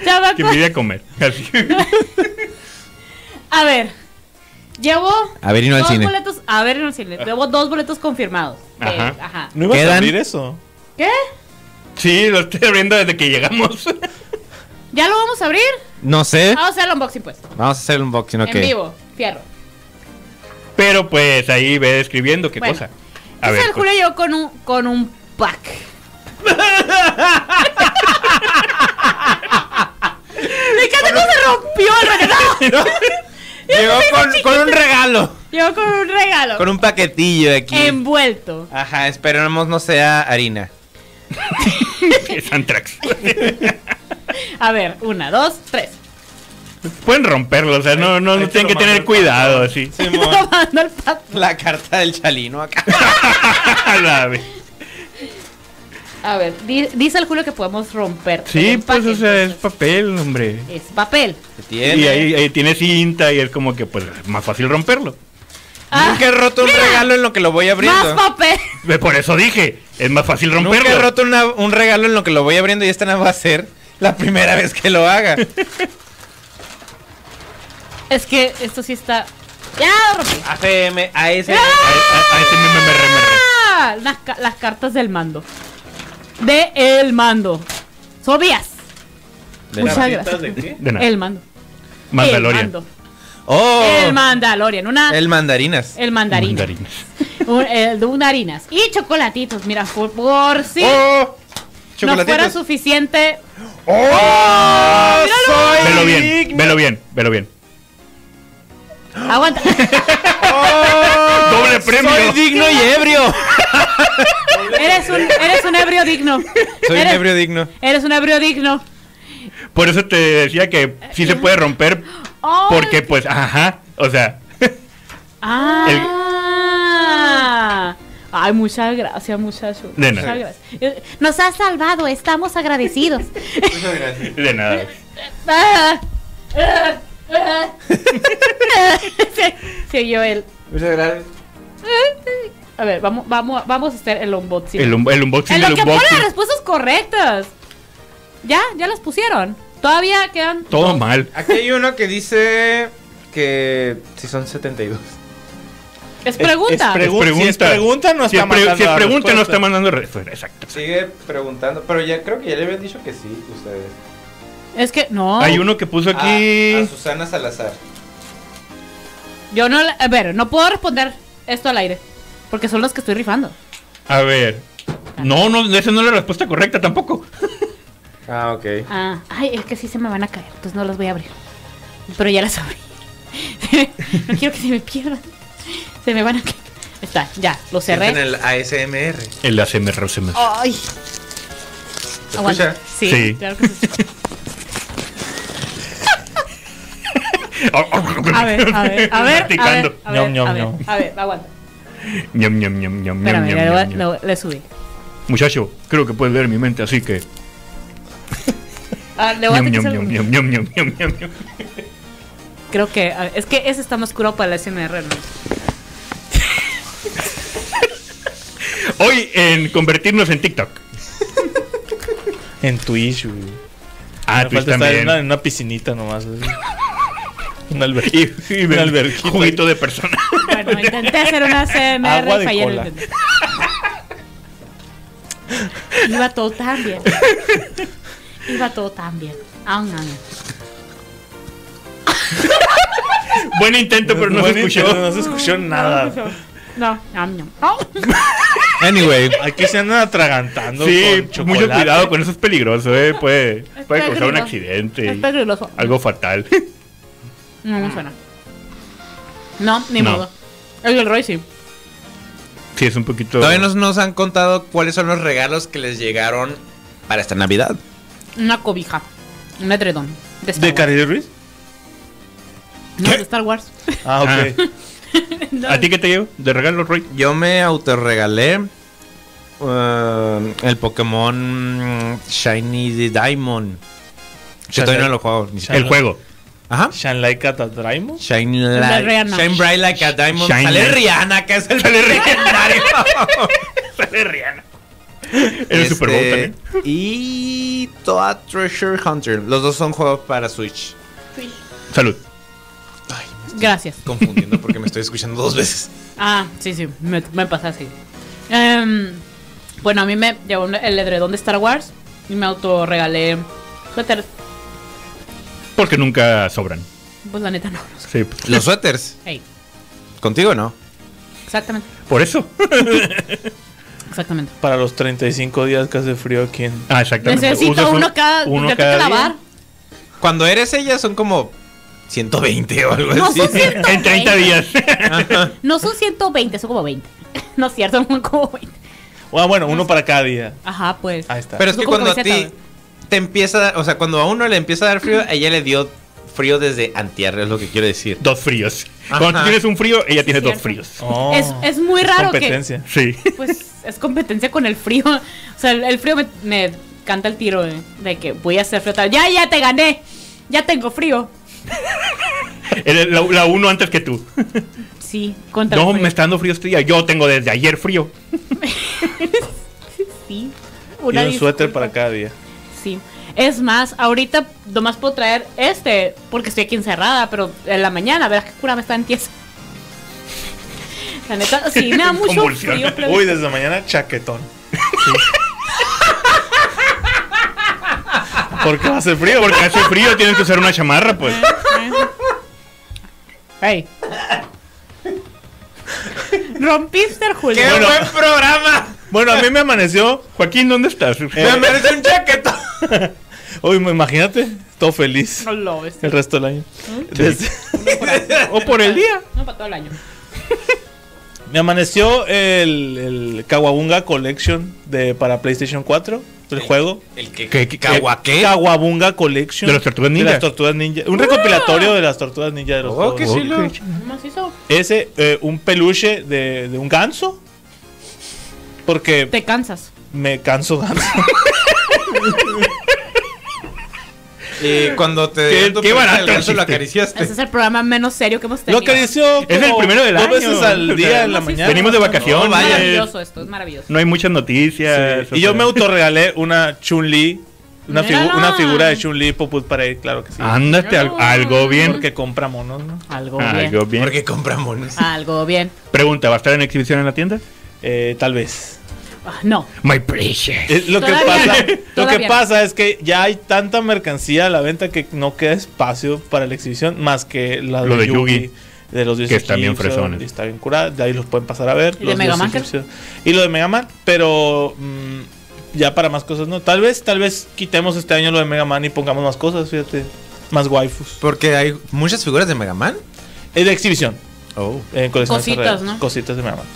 A: Ya me
B: Que
A: acuerdo.
B: me iba a comer. Así.
A: A ver. Llevo
C: A ver, y no al
A: dos
C: cine.
A: boletos. A ver, no al cine. Llevo dos boletos confirmados. de-
B: Ajá.
A: ajá.
D: ¿No ibas
C: Quedan-
D: a abrir eso?
A: ¿Qué?
B: Sí, lo estoy abriendo desde que llegamos.
A: ¿Ya lo vamos a abrir?
C: No sé.
A: Vamos a hacer el unboxing, pues.
C: Vamos a hacer el unboxing, ¿Eh? ok.
A: En vivo. Fierro.
B: Pero pues ahí ve escribiendo qué
A: Bueno.
B: cosa. A
A: Entonces
B: ver, pues,
A: el
C: pues.
A: Julio llegó con un, con un pack. Me encanta cómo se rompió el regalo.
C: Llegó con, con un regalo.
A: Llegó con un regalo.
C: Con un paquetillo aquí.
A: Envuelto.
C: Ajá, esperemos no sea harina.
B: es Antrax.
A: A ver, una, dos, tres.
B: Pueden romperlo, o sea, no, no, no
D: Ahí te
B: tienen
D: lo
B: que tener
D: mando.
B: cuidado, así.
A: Tomando el pack.
C: La carta del chalino acá.
B: A la vez.
A: A ver, di- dice el Julio que podemos romper.
B: Sí,
A: el
B: pues
A: empaque,
B: o sea, es
A: entonces,
B: papel, hombre.
A: es papel.
B: Y ahí, ahí tiene cinta y es como que pues más fácil romperlo.
A: Ah,
C: Nunca he roto un regalo en lo que lo voy
A: más
C: abriendo.
A: papel.
B: Ve, Eh, Por eso dije, es más fácil romperlo.
C: Nunca he roto una- un regalo en lo que lo voy abriendo y esta no va a ser la primera vez que lo haga.
A: Es que esto sí está. ¡Ya! lo rompí.
C: AFM, AS.
B: A, a- a ese mismo me re- me re-
A: ¡Ah! Las, ca- las cartas del mando. De el mando. Sobías. Muchas gracias.
D: ¿De qué?
B: De nada.
A: El mando.
B: Mandalorian.
A: El mando.
C: Oh,
A: El Eh, Mandalorian. Una.
C: el mandarinas.
A: el mandarín.
B: Mandarines.
A: Un, el de un harinas. Y chocolatitos. Mira, por, por si
C: Oh,
A: no
C: chocolatitos.
A: fuera suficiente.
C: Oh, soy
B: Velo
C: digno.
B: bien, velo bien, velo bien.
A: Aguanta.
C: Oh,
B: Doble premio.
C: Soy digno y ebrio.
A: eres, un, eres un ebrio digno.
C: Soy un
A: eres,
C: ebrio digno.
A: Eres un ebrio digno.
B: Por eso te decía que sí se puede romper.
A: Oh,
B: Porque pues, ajá. O sea,
A: Ah. Ay, muchas gracias, muchacho.
B: De
A: Muchas
B: nada.
A: gracias. Eh, Nos has salvado, estamos agradecidos.
B: de nada.
A: Ah, ah, ah. se, se oyó él.
C: Muchas gracias.
A: A ver, vamos, vamos, vamos a hacer el unboxing.
B: El, un- el unboxing
A: en
B: del
A: lo que pone las
B: unboxing.
A: respuestas correctas. Ya, ya las pusieron. Todavía quedan.
B: Todo mal.
C: Aquí hay uno que dice que si son 72.
A: Es pregunta.
D: Es, pregun-
B: Es
D: Si es pregunta, no
B: Si
D: está
B: es, pre-
D: mandando
B: si es
D: la
B: pregunta, no
D: respuesta.
B: está mandando. re- pues, Exacto.
C: Sigue preguntando, pero ya creo que ya le habían dicho que sí ustedes.
A: Es que no.
B: Hay uno que
A: Ah,
B: puso aquí.
C: A, Susana Salazar.
A: Yo no. la- A ver, no puedo responder esto al aire. Porque son los que estoy rifando.
B: A ver.
A: acá.
B: No, no, esa no es la respuesta correcta tampoco.
G: Ah, ok.
A: Ah, ay, es que sí se me van a caer, entonces no las voy a abrir. Pero ya las abrí. no quiero que se me pierdan. Se me van a caer. Está, ya, lo
C: En
A: cerré.
C: el ASMR.
B: El ASMR, se me-
A: Ay.
C: ¿Se
A: Aguanta.
C: escucha?
A: Sí,
B: Sí.
A: claro que sí. A ver, a ver, a ver. A ver,
B: Masticando.
A: a ver,
B: Ñom, ñom,
A: a ver,
B: ñom.
A: a ver, aguanta.
B: Ñam, ñam, ñam, ñam, ñam,
A: Espérame,
B: ñam,
A: ya lo voy a-
B: ñam, ñam.
A: lo- le subí.
B: Muchacho, creo que puedes leer mi mente, así que.
A: Ah, le voy a tener
B: Ñam,
A: que
B: ñam,
A: hacer
B: ñam,
A: un-
B: ñam, ñam, ñam, ñam, ñam, ñam.
A: Creo que. a ver, Es que ese está más curado para la SMR, ¿no?
B: Hoy en convertirnos en TikTok.
D: En Twitch, güey.
B: Ah,
D: Me
B: Twitch
D: falta estar en
B: también.
D: una, en una piscinita nomás. así. Un alber-
B: Y, y
D: un
B: ven,
D: alberquita.
B: juguito de persona.
A: Bueno, intenté hacer una CMR
D: Agua
A: y
D: de
A: fallé en el
D: cola.
A: intento. Iba todo tan bien. Iba todo tan bien. Aun, aun.
B: Buen intento, pero no se
D: Bueno,
B: escuchó.
D: No se escuchó nada.
A: No, am, no. Au.
C: Anyway.
D: Aquí se andan atragantando.
B: Sí,
D: con
B: mucho
D: chocolate.
B: cuidado con eso, es peligroso, eh. Puede,
A: Es
B: puede causar un
A: peligroso.
B: accidente.
A: Es
B: y
A: peligroso.
B: Algo fatal.
A: No, no suena. No, ni
B: No.
A: modo. El del Roy sí.
B: Sí, es un poquito.
C: Todavía nos, nos han contado cuáles son los regalos que les llegaron para esta Navidad.
A: Una cobija. Un edredón. De Star
D: ¿De
A: Wars.
D: Cari Ruiz?
A: No, de Star Wars.
D: Ah, ok.
B: ¿A ti qué te llevo? ¿De regalo, Roy?
C: Yo me autorregalé eh, el Pokémon mm, Shiny Diamond. Yo todavía no lo juego. ni siquiera.
B: El juego.
C: Ajá.
D: ¿Shanlai Catatraimo?
C: Shine,
A: La
C: light,
A: Rihanna.
C: Shine Bright Like a Diamond.
B: Shine
C: Sale
B: light.
C: Rihanna, que es el legendario.
B: Sale Rihanna. El Super Bowl
C: Este,
B: también.
C: Y Toad Treasure Hunter. Los dos son juegos para Switch.
B: Salud.
C: Ay, me estoy
A: Gracias.
C: confundiendo porque me estoy escuchando dos veces.
A: Ah, sí, sí, me, me pasa así. Em, bueno, a mí me llegó un- el edredón de Star Wars y me autorregalé suéteres.
B: Porque nunca sobran.
A: Pues la neta no. no sé.
B: Sí,
C: Los suéteres.
A: Ey,
C: ¿Contigo no?
A: exactamente,
B: por eso.
A: exactamente.
D: Para los 35 días que hace frío aquí en...
B: Ah, exactamente. Usas
A: Necesito
B: un-
A: uno cada.
B: uno
A: yo
B: cada
A: tengo que
B: día.
A: lavar.
C: Cuando eres ella son como 120 o algo
A: No
C: así.
A: son, cien-
B: En 30 días.
A: no son 120, son como 20. No es cierto, son como 20.
D: Ah, bueno, uno para cada día.
A: Ajá, pues.
D: Ahí Ah, está.
C: Pero es
A: Tú
C: que
A: como
C: cuando a ti
A: camiseta,
C: te empieza a dar, o sea, cuando a uno le empieza a dar frío, a ella le dio frío desde antier, es lo que quiero decir.
B: Dos fríos.
C: Ajá.
B: Cuando tú tienes un frío, ella tiene dos
A: cierto.
B: fríos.
D: Oh,
A: Es- es muy raro que-
D: competencia.
B: Sí.
A: Pues es competencia con el frío. O sea, el, el frío me, me canta el tiro eh, de que voy a hacer frío. tal- Ya, ya te gané. Ya tengo frío.
B: El- La, la uno antes que tú.
A: Sí, contra el
B: No,
A: frío.
B: me está dando frío este día. Yo tengo desde ayer frío.
A: Sí.
D: Y
A: Una
D: un suéter
A: disculpa.
D: para cada día.
A: Sí. Es más, ahorita nomás puedo traer este, porque estoy aquí encerrada, pero en la mañana, verás que cura me está en tiesa. La neta, sí, me da mucho
B: Convulsión.
A: frío. plebe.
D: Uy, desde mañana chaquetón.
B: ¿Por qué hace frío? Porque hace frío, tienes que usar una chamarra, pues.
A: Ey. Rompiste el Julio.
C: ¡Qué buen programa!
D: Bueno, a mí me amaneció.
B: Joaquín, ¿dónde estás?
D: Eh,
C: ¡Me merece un chaquetón!
D: Uy, me- imagínate, todo feliz
A: No lo ves.
D: el resto del año. Desde-
B: o por el día.
A: No, para todo el año.
D: me amaneció el, el Kawabunga Collection de, para PlayStation 4, el juego. Eh,
C: El que
B: ¿Qué, qué, qué?
C: caguaqué.
D: Kawabunga Collection.
B: De las Tortugas Ninja.
D: De las Tortugas Ninja. Un recopilatorio de las Tortugas Ninja de los
C: Oh, qué
D: juegos.
C: chilo.
A: Macizo.
D: Ese, eh, un peluche de, de un ganso. Porque
A: Te cansas.
D: me canso ganso.
C: Y cuando te
B: Qué-
C: dieron tu
B: qué
C: primer
B: barato
C: alcance, lo
B: chiste.
C: acariciaste.
A: Ese es el programa menos serio que hemos tenido.
D: Lo acarició.
B: Es el
D: como
B: primero del
D: dos
B: año.
D: veces al
B: O
D: día
B: sea,
D: en la
A: sí,
D: mañana.
B: Venimos de
A: Es
B: vacaciones.
A: maravilloso esto, es maravilloso.
B: No hay muchas
D: Sí.
B: noticias. o
D: Y yo
B: sea.
D: me autorregalé una Chun-Li. Una, figu-
A: Mírala.
D: una figura de Chun-Li Poput para ir, claro que sí.
B: Ándate, al- algo Ah, bien.
D: Porque compra monos, ¿no?
A: Algo bien.
B: Algo bien.
C: Porque compramos.
A: Algo bien.
B: Pregunta, ¿va a estar en exhibición en la tienda?
D: Eh, tal vez.
A: Ah, No.
B: My precious.
D: Eh, lo, que
A: Todavía
D: pasa,
A: no,
D: lo
A: todavía
D: que
A: no.
D: pasa es que ya hay tanta mercancía a la venta que no queda espacio para la exhibición más que la
B: Lo
D: de
B: de Yugi.
D: Yugi. de los dioses
B: Que están bien
D: egipcios,
B: fresones.
D: y Está bien curada, de ahí los pueden pasar a ver.
A: ¿Y de
D: los
A: Mega
D: dioses
A: Man, qué?
D: egipcios. Y lo de Mega Man, pero mm, ya para más cosas no. Tal vez, tal vez quitemos este año lo de Mega Man y pongamos más cosas, fíjate. Más waifus.
C: Porque hay muchas figuras de Mega Man.
D: Es de exhibición.
C: Oh.
D: En colecciones
A: Cositas,
D: cerradas.
A: ¿no?
D: Cositas de Mega Man.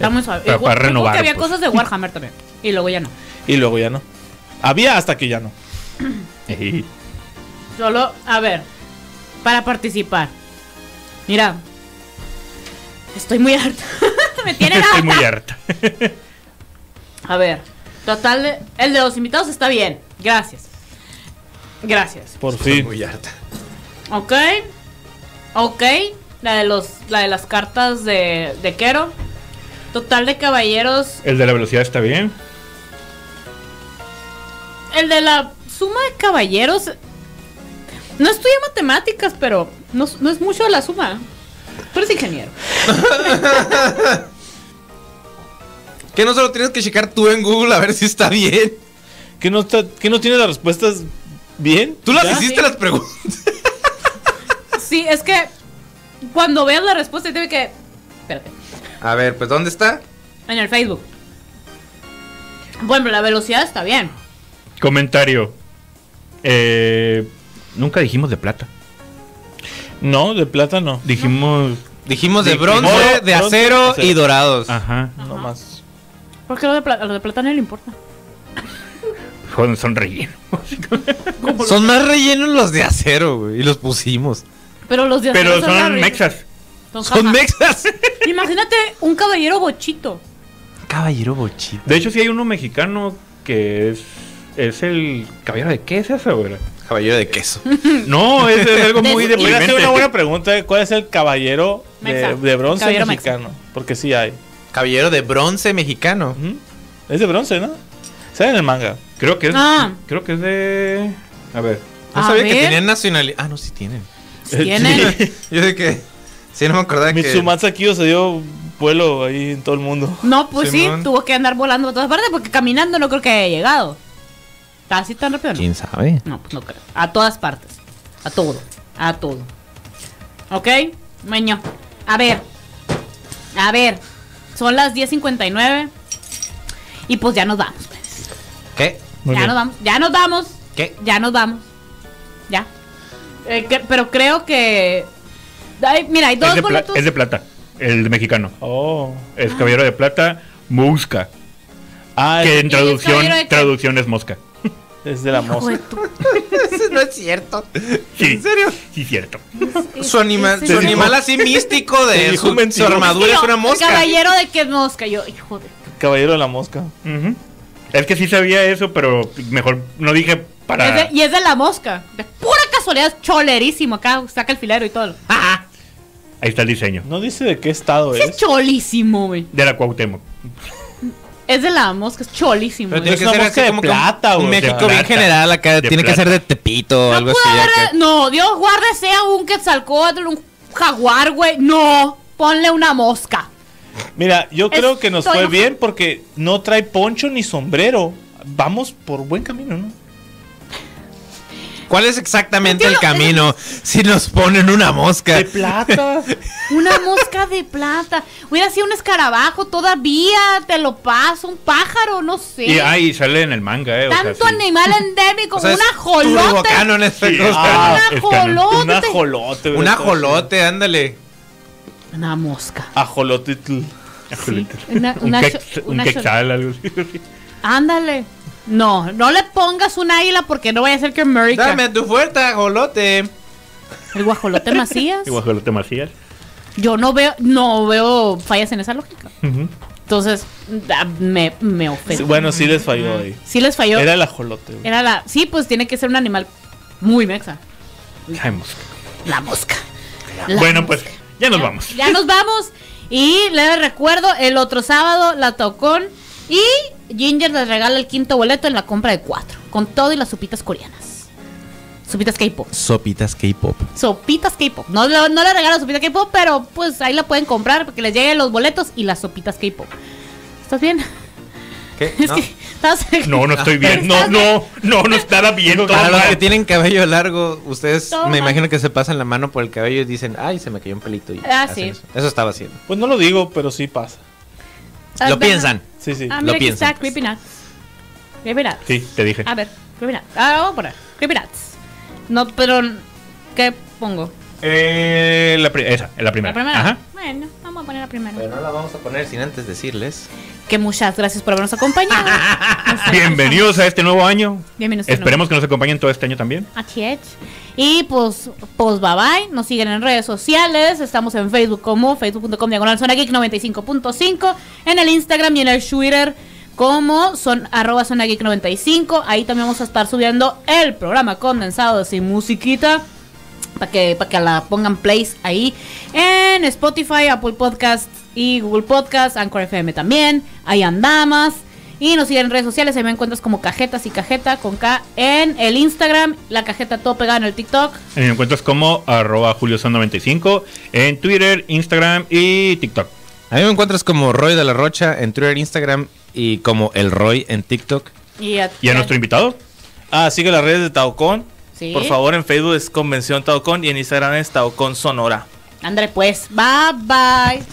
A: Está muy suave.
B: Pero
A: Yo-
B: para
A: yo creo
B: renovar,
A: que había
B: pues.
A: cosas de Warhammer también. Y luego ya no.
D: Y luego ya no. Había hasta que ya no.
B: Ey,
A: Solo, a ver, para participar. Mira, estoy muy harta. Me tiene
B: Estoy
A: harta.
B: muy harta.
A: A ver, total, de- el de los invitados está bien. Gracias. Gracias.
B: Pues,
D: Por fin.
H: Muy harta.
A: Ok. Ok. La de, los, la de las cartas de, de Kero. Total de caballeros.
B: El de la velocidad está bien.
A: El de la suma de caballeros. No estudia matemáticas, pero no, es- no es mucho la suma. Tú eres ingeniero.
C: Que no solo tienes que checar tú en Google a ver si está bien.
D: ¿Qué no, está- qué no tiene las respuestas bien?
C: Tú las
D: ¿Ya?
C: hiciste las preguntas.
A: Sí, es que cuando veas la respuesta, tiene que. Espérate.
C: A ver, pues ¿dónde está?
A: En el Facebook. Bueno, la velocidad está bien.
B: Comentario. Eh, nunca dijimos de plata.
D: No, de plata no.
B: Dijimos.
C: Dijimos de
B: De
C: bronce,
D: oro,
C: de
D: bronce,
C: acero Ah.
D: acero.
C: y dorados.
B: Ajá.
D: No más.
A: Porque lo de, pla- lo de plata no le importa.
B: Son, son relleno.
C: Son más rellenos los de acero, güey. Y los pusimos.
A: Pero los de
B: Pero
A: acero
B: son
A: horribles.
B: mexas.
C: Son
A: jaja.
C: mexas.
A: Imagínate un caballero bochito.
C: Caballero bochito.
B: De hecho, sí hay uno mexicano que es. Es el caballero de qué es esa, güey.
C: Caballero de queso.
B: No, es, es algo
A: De-
B: muy
A: Voy a
D: Voy a hacer
B: deprimente.
D: una buena pregunta. ¿eh? ¿Cuál es el caballero de,
A: Mexa.
D: de bronce
A: Caballero
D: mexicano? Porque sí hay.
C: Caballero de bronce mexicano.
D: Ujú. Es de bronce, ¿no? Sale en el manga.
B: Creo que es.
A: Ah.
B: Creo que es de. A ver.
C: No
A: A
C: sabía que
A: ver.
C: tenían nacionalidad. Ah, no, sí tienen.
A: Tienen.
C: Yo sé que. Sí, no me acordaba que.
D: Mitsumatsu Kiyo se dio vuelo ahí en todo el mundo.
A: No, pues sí,
C: Simón.
A: tuvo que andar volando a todas partes porque caminando no creo que haya llegado. Casi tan rápido. No,
C: ¿Quién sabe?
A: no, pues no creo. A todas partes. A todo. A todo. ¿Ok? Meño. A ver. A ver. Son las 10.59. Y pues ya nos vamos. pues.
C: ¿Qué?
A: Ya nos vamos. Ya nos vamos.
C: ¿Qué?
A: Ya nos vamos. Ya. Eh, que- pero creo que. Ay, mira, hay
B: Es
A: dos
B: de, pla-
A: boletos. Ah.
B: es de plata. El mexicano.
D: Oh.
B: Es caballero de plata. Musca.
D: Ah,
B: Que
D: es,
A: ¿Y
B: en
A: es
B: traducción,
A: caballero de qué?
B: traducción es mosca.
D: es de la
A: Hijo de
D: mosca.
A: tu-
C: no es cierto.
B: Sí.
C: ¿En serio?
B: Sí, cierto.
C: Su animal, su
D: dijo-
C: animal así místico
D: Te
C: de
D: dijo
C: su,
D: mentiroso.
C: su armadura es
A: Yo,
C: una mosca.
A: Caballero de qué mosca. Yo, hijo de.
D: Caballero de la mosca.
B: Ujú. Es que sí sabía eso, pero mejor no dije
A: Es
B: para.
A: de- y es de la mosca. De pura casualidad, es cholerísimo. Acá saca el filero y todo.
C: Ah,
B: Ahí está el diseño.
D: No dice de qué estado
C: Pues.
A: Sí es
D: es.
A: cholísimo, güey.
B: De la Cuauhtémoc.
A: Es de la mosca, es cholísimo.
C: pero
A: güey.
C: tiene que
D: una
C: ser
D: mosca
C: así
D: de
C: como que
D: plata,
C: un
D: güey, de
C: México bien
B: plata.
C: general acá.
B: De
C: tiene que
B: plata.
C: ser de Tepito o
A: No
C: algo
A: pudo
C: así.
A: haber-
C: acá.
A: No, Dios guarde sea un quetzalcóatl, un jaguar, güey. No, ponle una mosca.
D: Mira, yo creo que nos
A: Estoy
D: fue
A: enojada.
D: bien porque no trae poncho ni sombrero. Vamos por buen camino, ¿no?
C: ¿Cuál es exactamente
A: No
C: el
A: entiendo,
C: camino si nos ponen una mosca?
D: De plata.
A: Una mosca de plata. Hubiera sido un escarabajo todavía. Te lo paso, un pájaro, no sé.
B: Y ahí sale en el manga, ¿eh? o sea,
A: Tanto
B: sí.
A: animal endémico,
C: O sea,
A: una
C: es
A: jolota.
C: turbocano en este esta
B: Sí,
C: cosa.
B: ah,
A: Un
B: es canon.
A: ajolote.
D: Un ajolote.
C: Un ajolote, ándale.
A: Una mosca.
D: Ajolote.
B: Ajolotl.
A: una-
B: un,
A: una
B: quex-
A: cho-
B: un
A: una cho-
B: quexal, algo así.
A: Ándale. No, no le pongas un águila porque no vaya a ser que America.
C: Dame tu fuerza, ajolote.
A: El guajolote Macías.
B: Y guajolote Macías.
A: Yo no veo, no veo fallas en esa lógica. Entonces, da- me, me ofende.
D: Bueno, sí les falló ahí.
A: Sí les falló.
D: Era
A: mm, Era,
D: el ajolote. güey.
A: la. Sí, pues tiene que ser un animal muy mexa.
B: Ay, mosca.
A: La mosca. La
B: Bueno,
A: mosca.
B: pues ya nos vamos.
A: Ya nos vamos. Y les recuerdo, el otro sábado la tocón. Y Ginger les regala el quinto boleto en la compra de cuatro. Con todo y las sopitas coreanas. Sopitas K-pop.
C: Sopitas K-pop.
A: Sopitas K-pop. No, le- no le regalo sopita K-pop, pero pues ahí la pueden comprar porque les lleguen los boletos y las sopitas K-pop. ¿Estás bien?
C: ¿Qué?
A: Es
C: No.
A: que ¿Estás?
B: No, no estoy bien. No, no, no, no estará bien. todo
C: Para los
B: mal.
C: que tienen cabello largo, ustedes
A: Todo
C: me
A: mal.
C: imagino que se pasan la mano por el cabello y dicen, ay, se me cayó un pelito. Y
A: Ah,
C: hacen
A: sí.
C: Eso. Eso estaba haciendo.
I: Pues no lo digo, pero sí pasa.
A: Ah,
C: Lo
A: bueno.
C: piensan.
I: Sí, sí.
A: Ah,
C: Lo
A: mira, aquí
C: piensan,
A: está
C: pues.
A: Creepy Nuts. Creepy Nuts.
B: Sí, te dije.
A: A ver, Creepy Nuts. Ah, vamos a poner Creepy Nuts. No, pero ¿qué pongo?
B: Eh, la, pri- esa, la primera.
A: La primera.
B: Ajá.
A: Bueno, vamos a poner la primera.
C: Pero no la vamos a poner sin antes decirles.
A: Que muchas gracias por habernos acompañado.
B: Bienvenidos a este nuevo año.
A: Bienvenidos. a
B: Esperemos que nos acompañen todo este año también.
A: Así es. Y pues, pues bye bye. Nos siguen en redes sociales. Estamos en Facebook como facebook.com diagonal zona geek 95.5. En el Instagram y en el Twitter como son arroba zona geek 95. Ahí también vamos a estar subiendo el programa condensado sin musiquita. Para que, pa' que la pongan plays ahí en Spotify, Apple Podcasts y Google Podcasts, Anchor FM también. Ahí andamas. Y nos siguen en redes sociales. Ahí me encuentras como cajetas y cajeta con K en el Instagram. La cajeta todo pegada en el TikTok.
B: Eh, Me encuentras como arroba julioson95 en Twitter, Instagram y TikTok.
C: A mí me encuentras como Roy de la Rocha en Twitter, Instagram y como El Roy en TikTok.
A: Y a,
B: ¿Y a nuestro invitado?
D: Ah, sigue las redes de Taucón.
A: Sí.
D: Por favor, en Facebook es Convención Taucón y en Instagram es Taucón Sonora.
A: André, pues. Bye bye.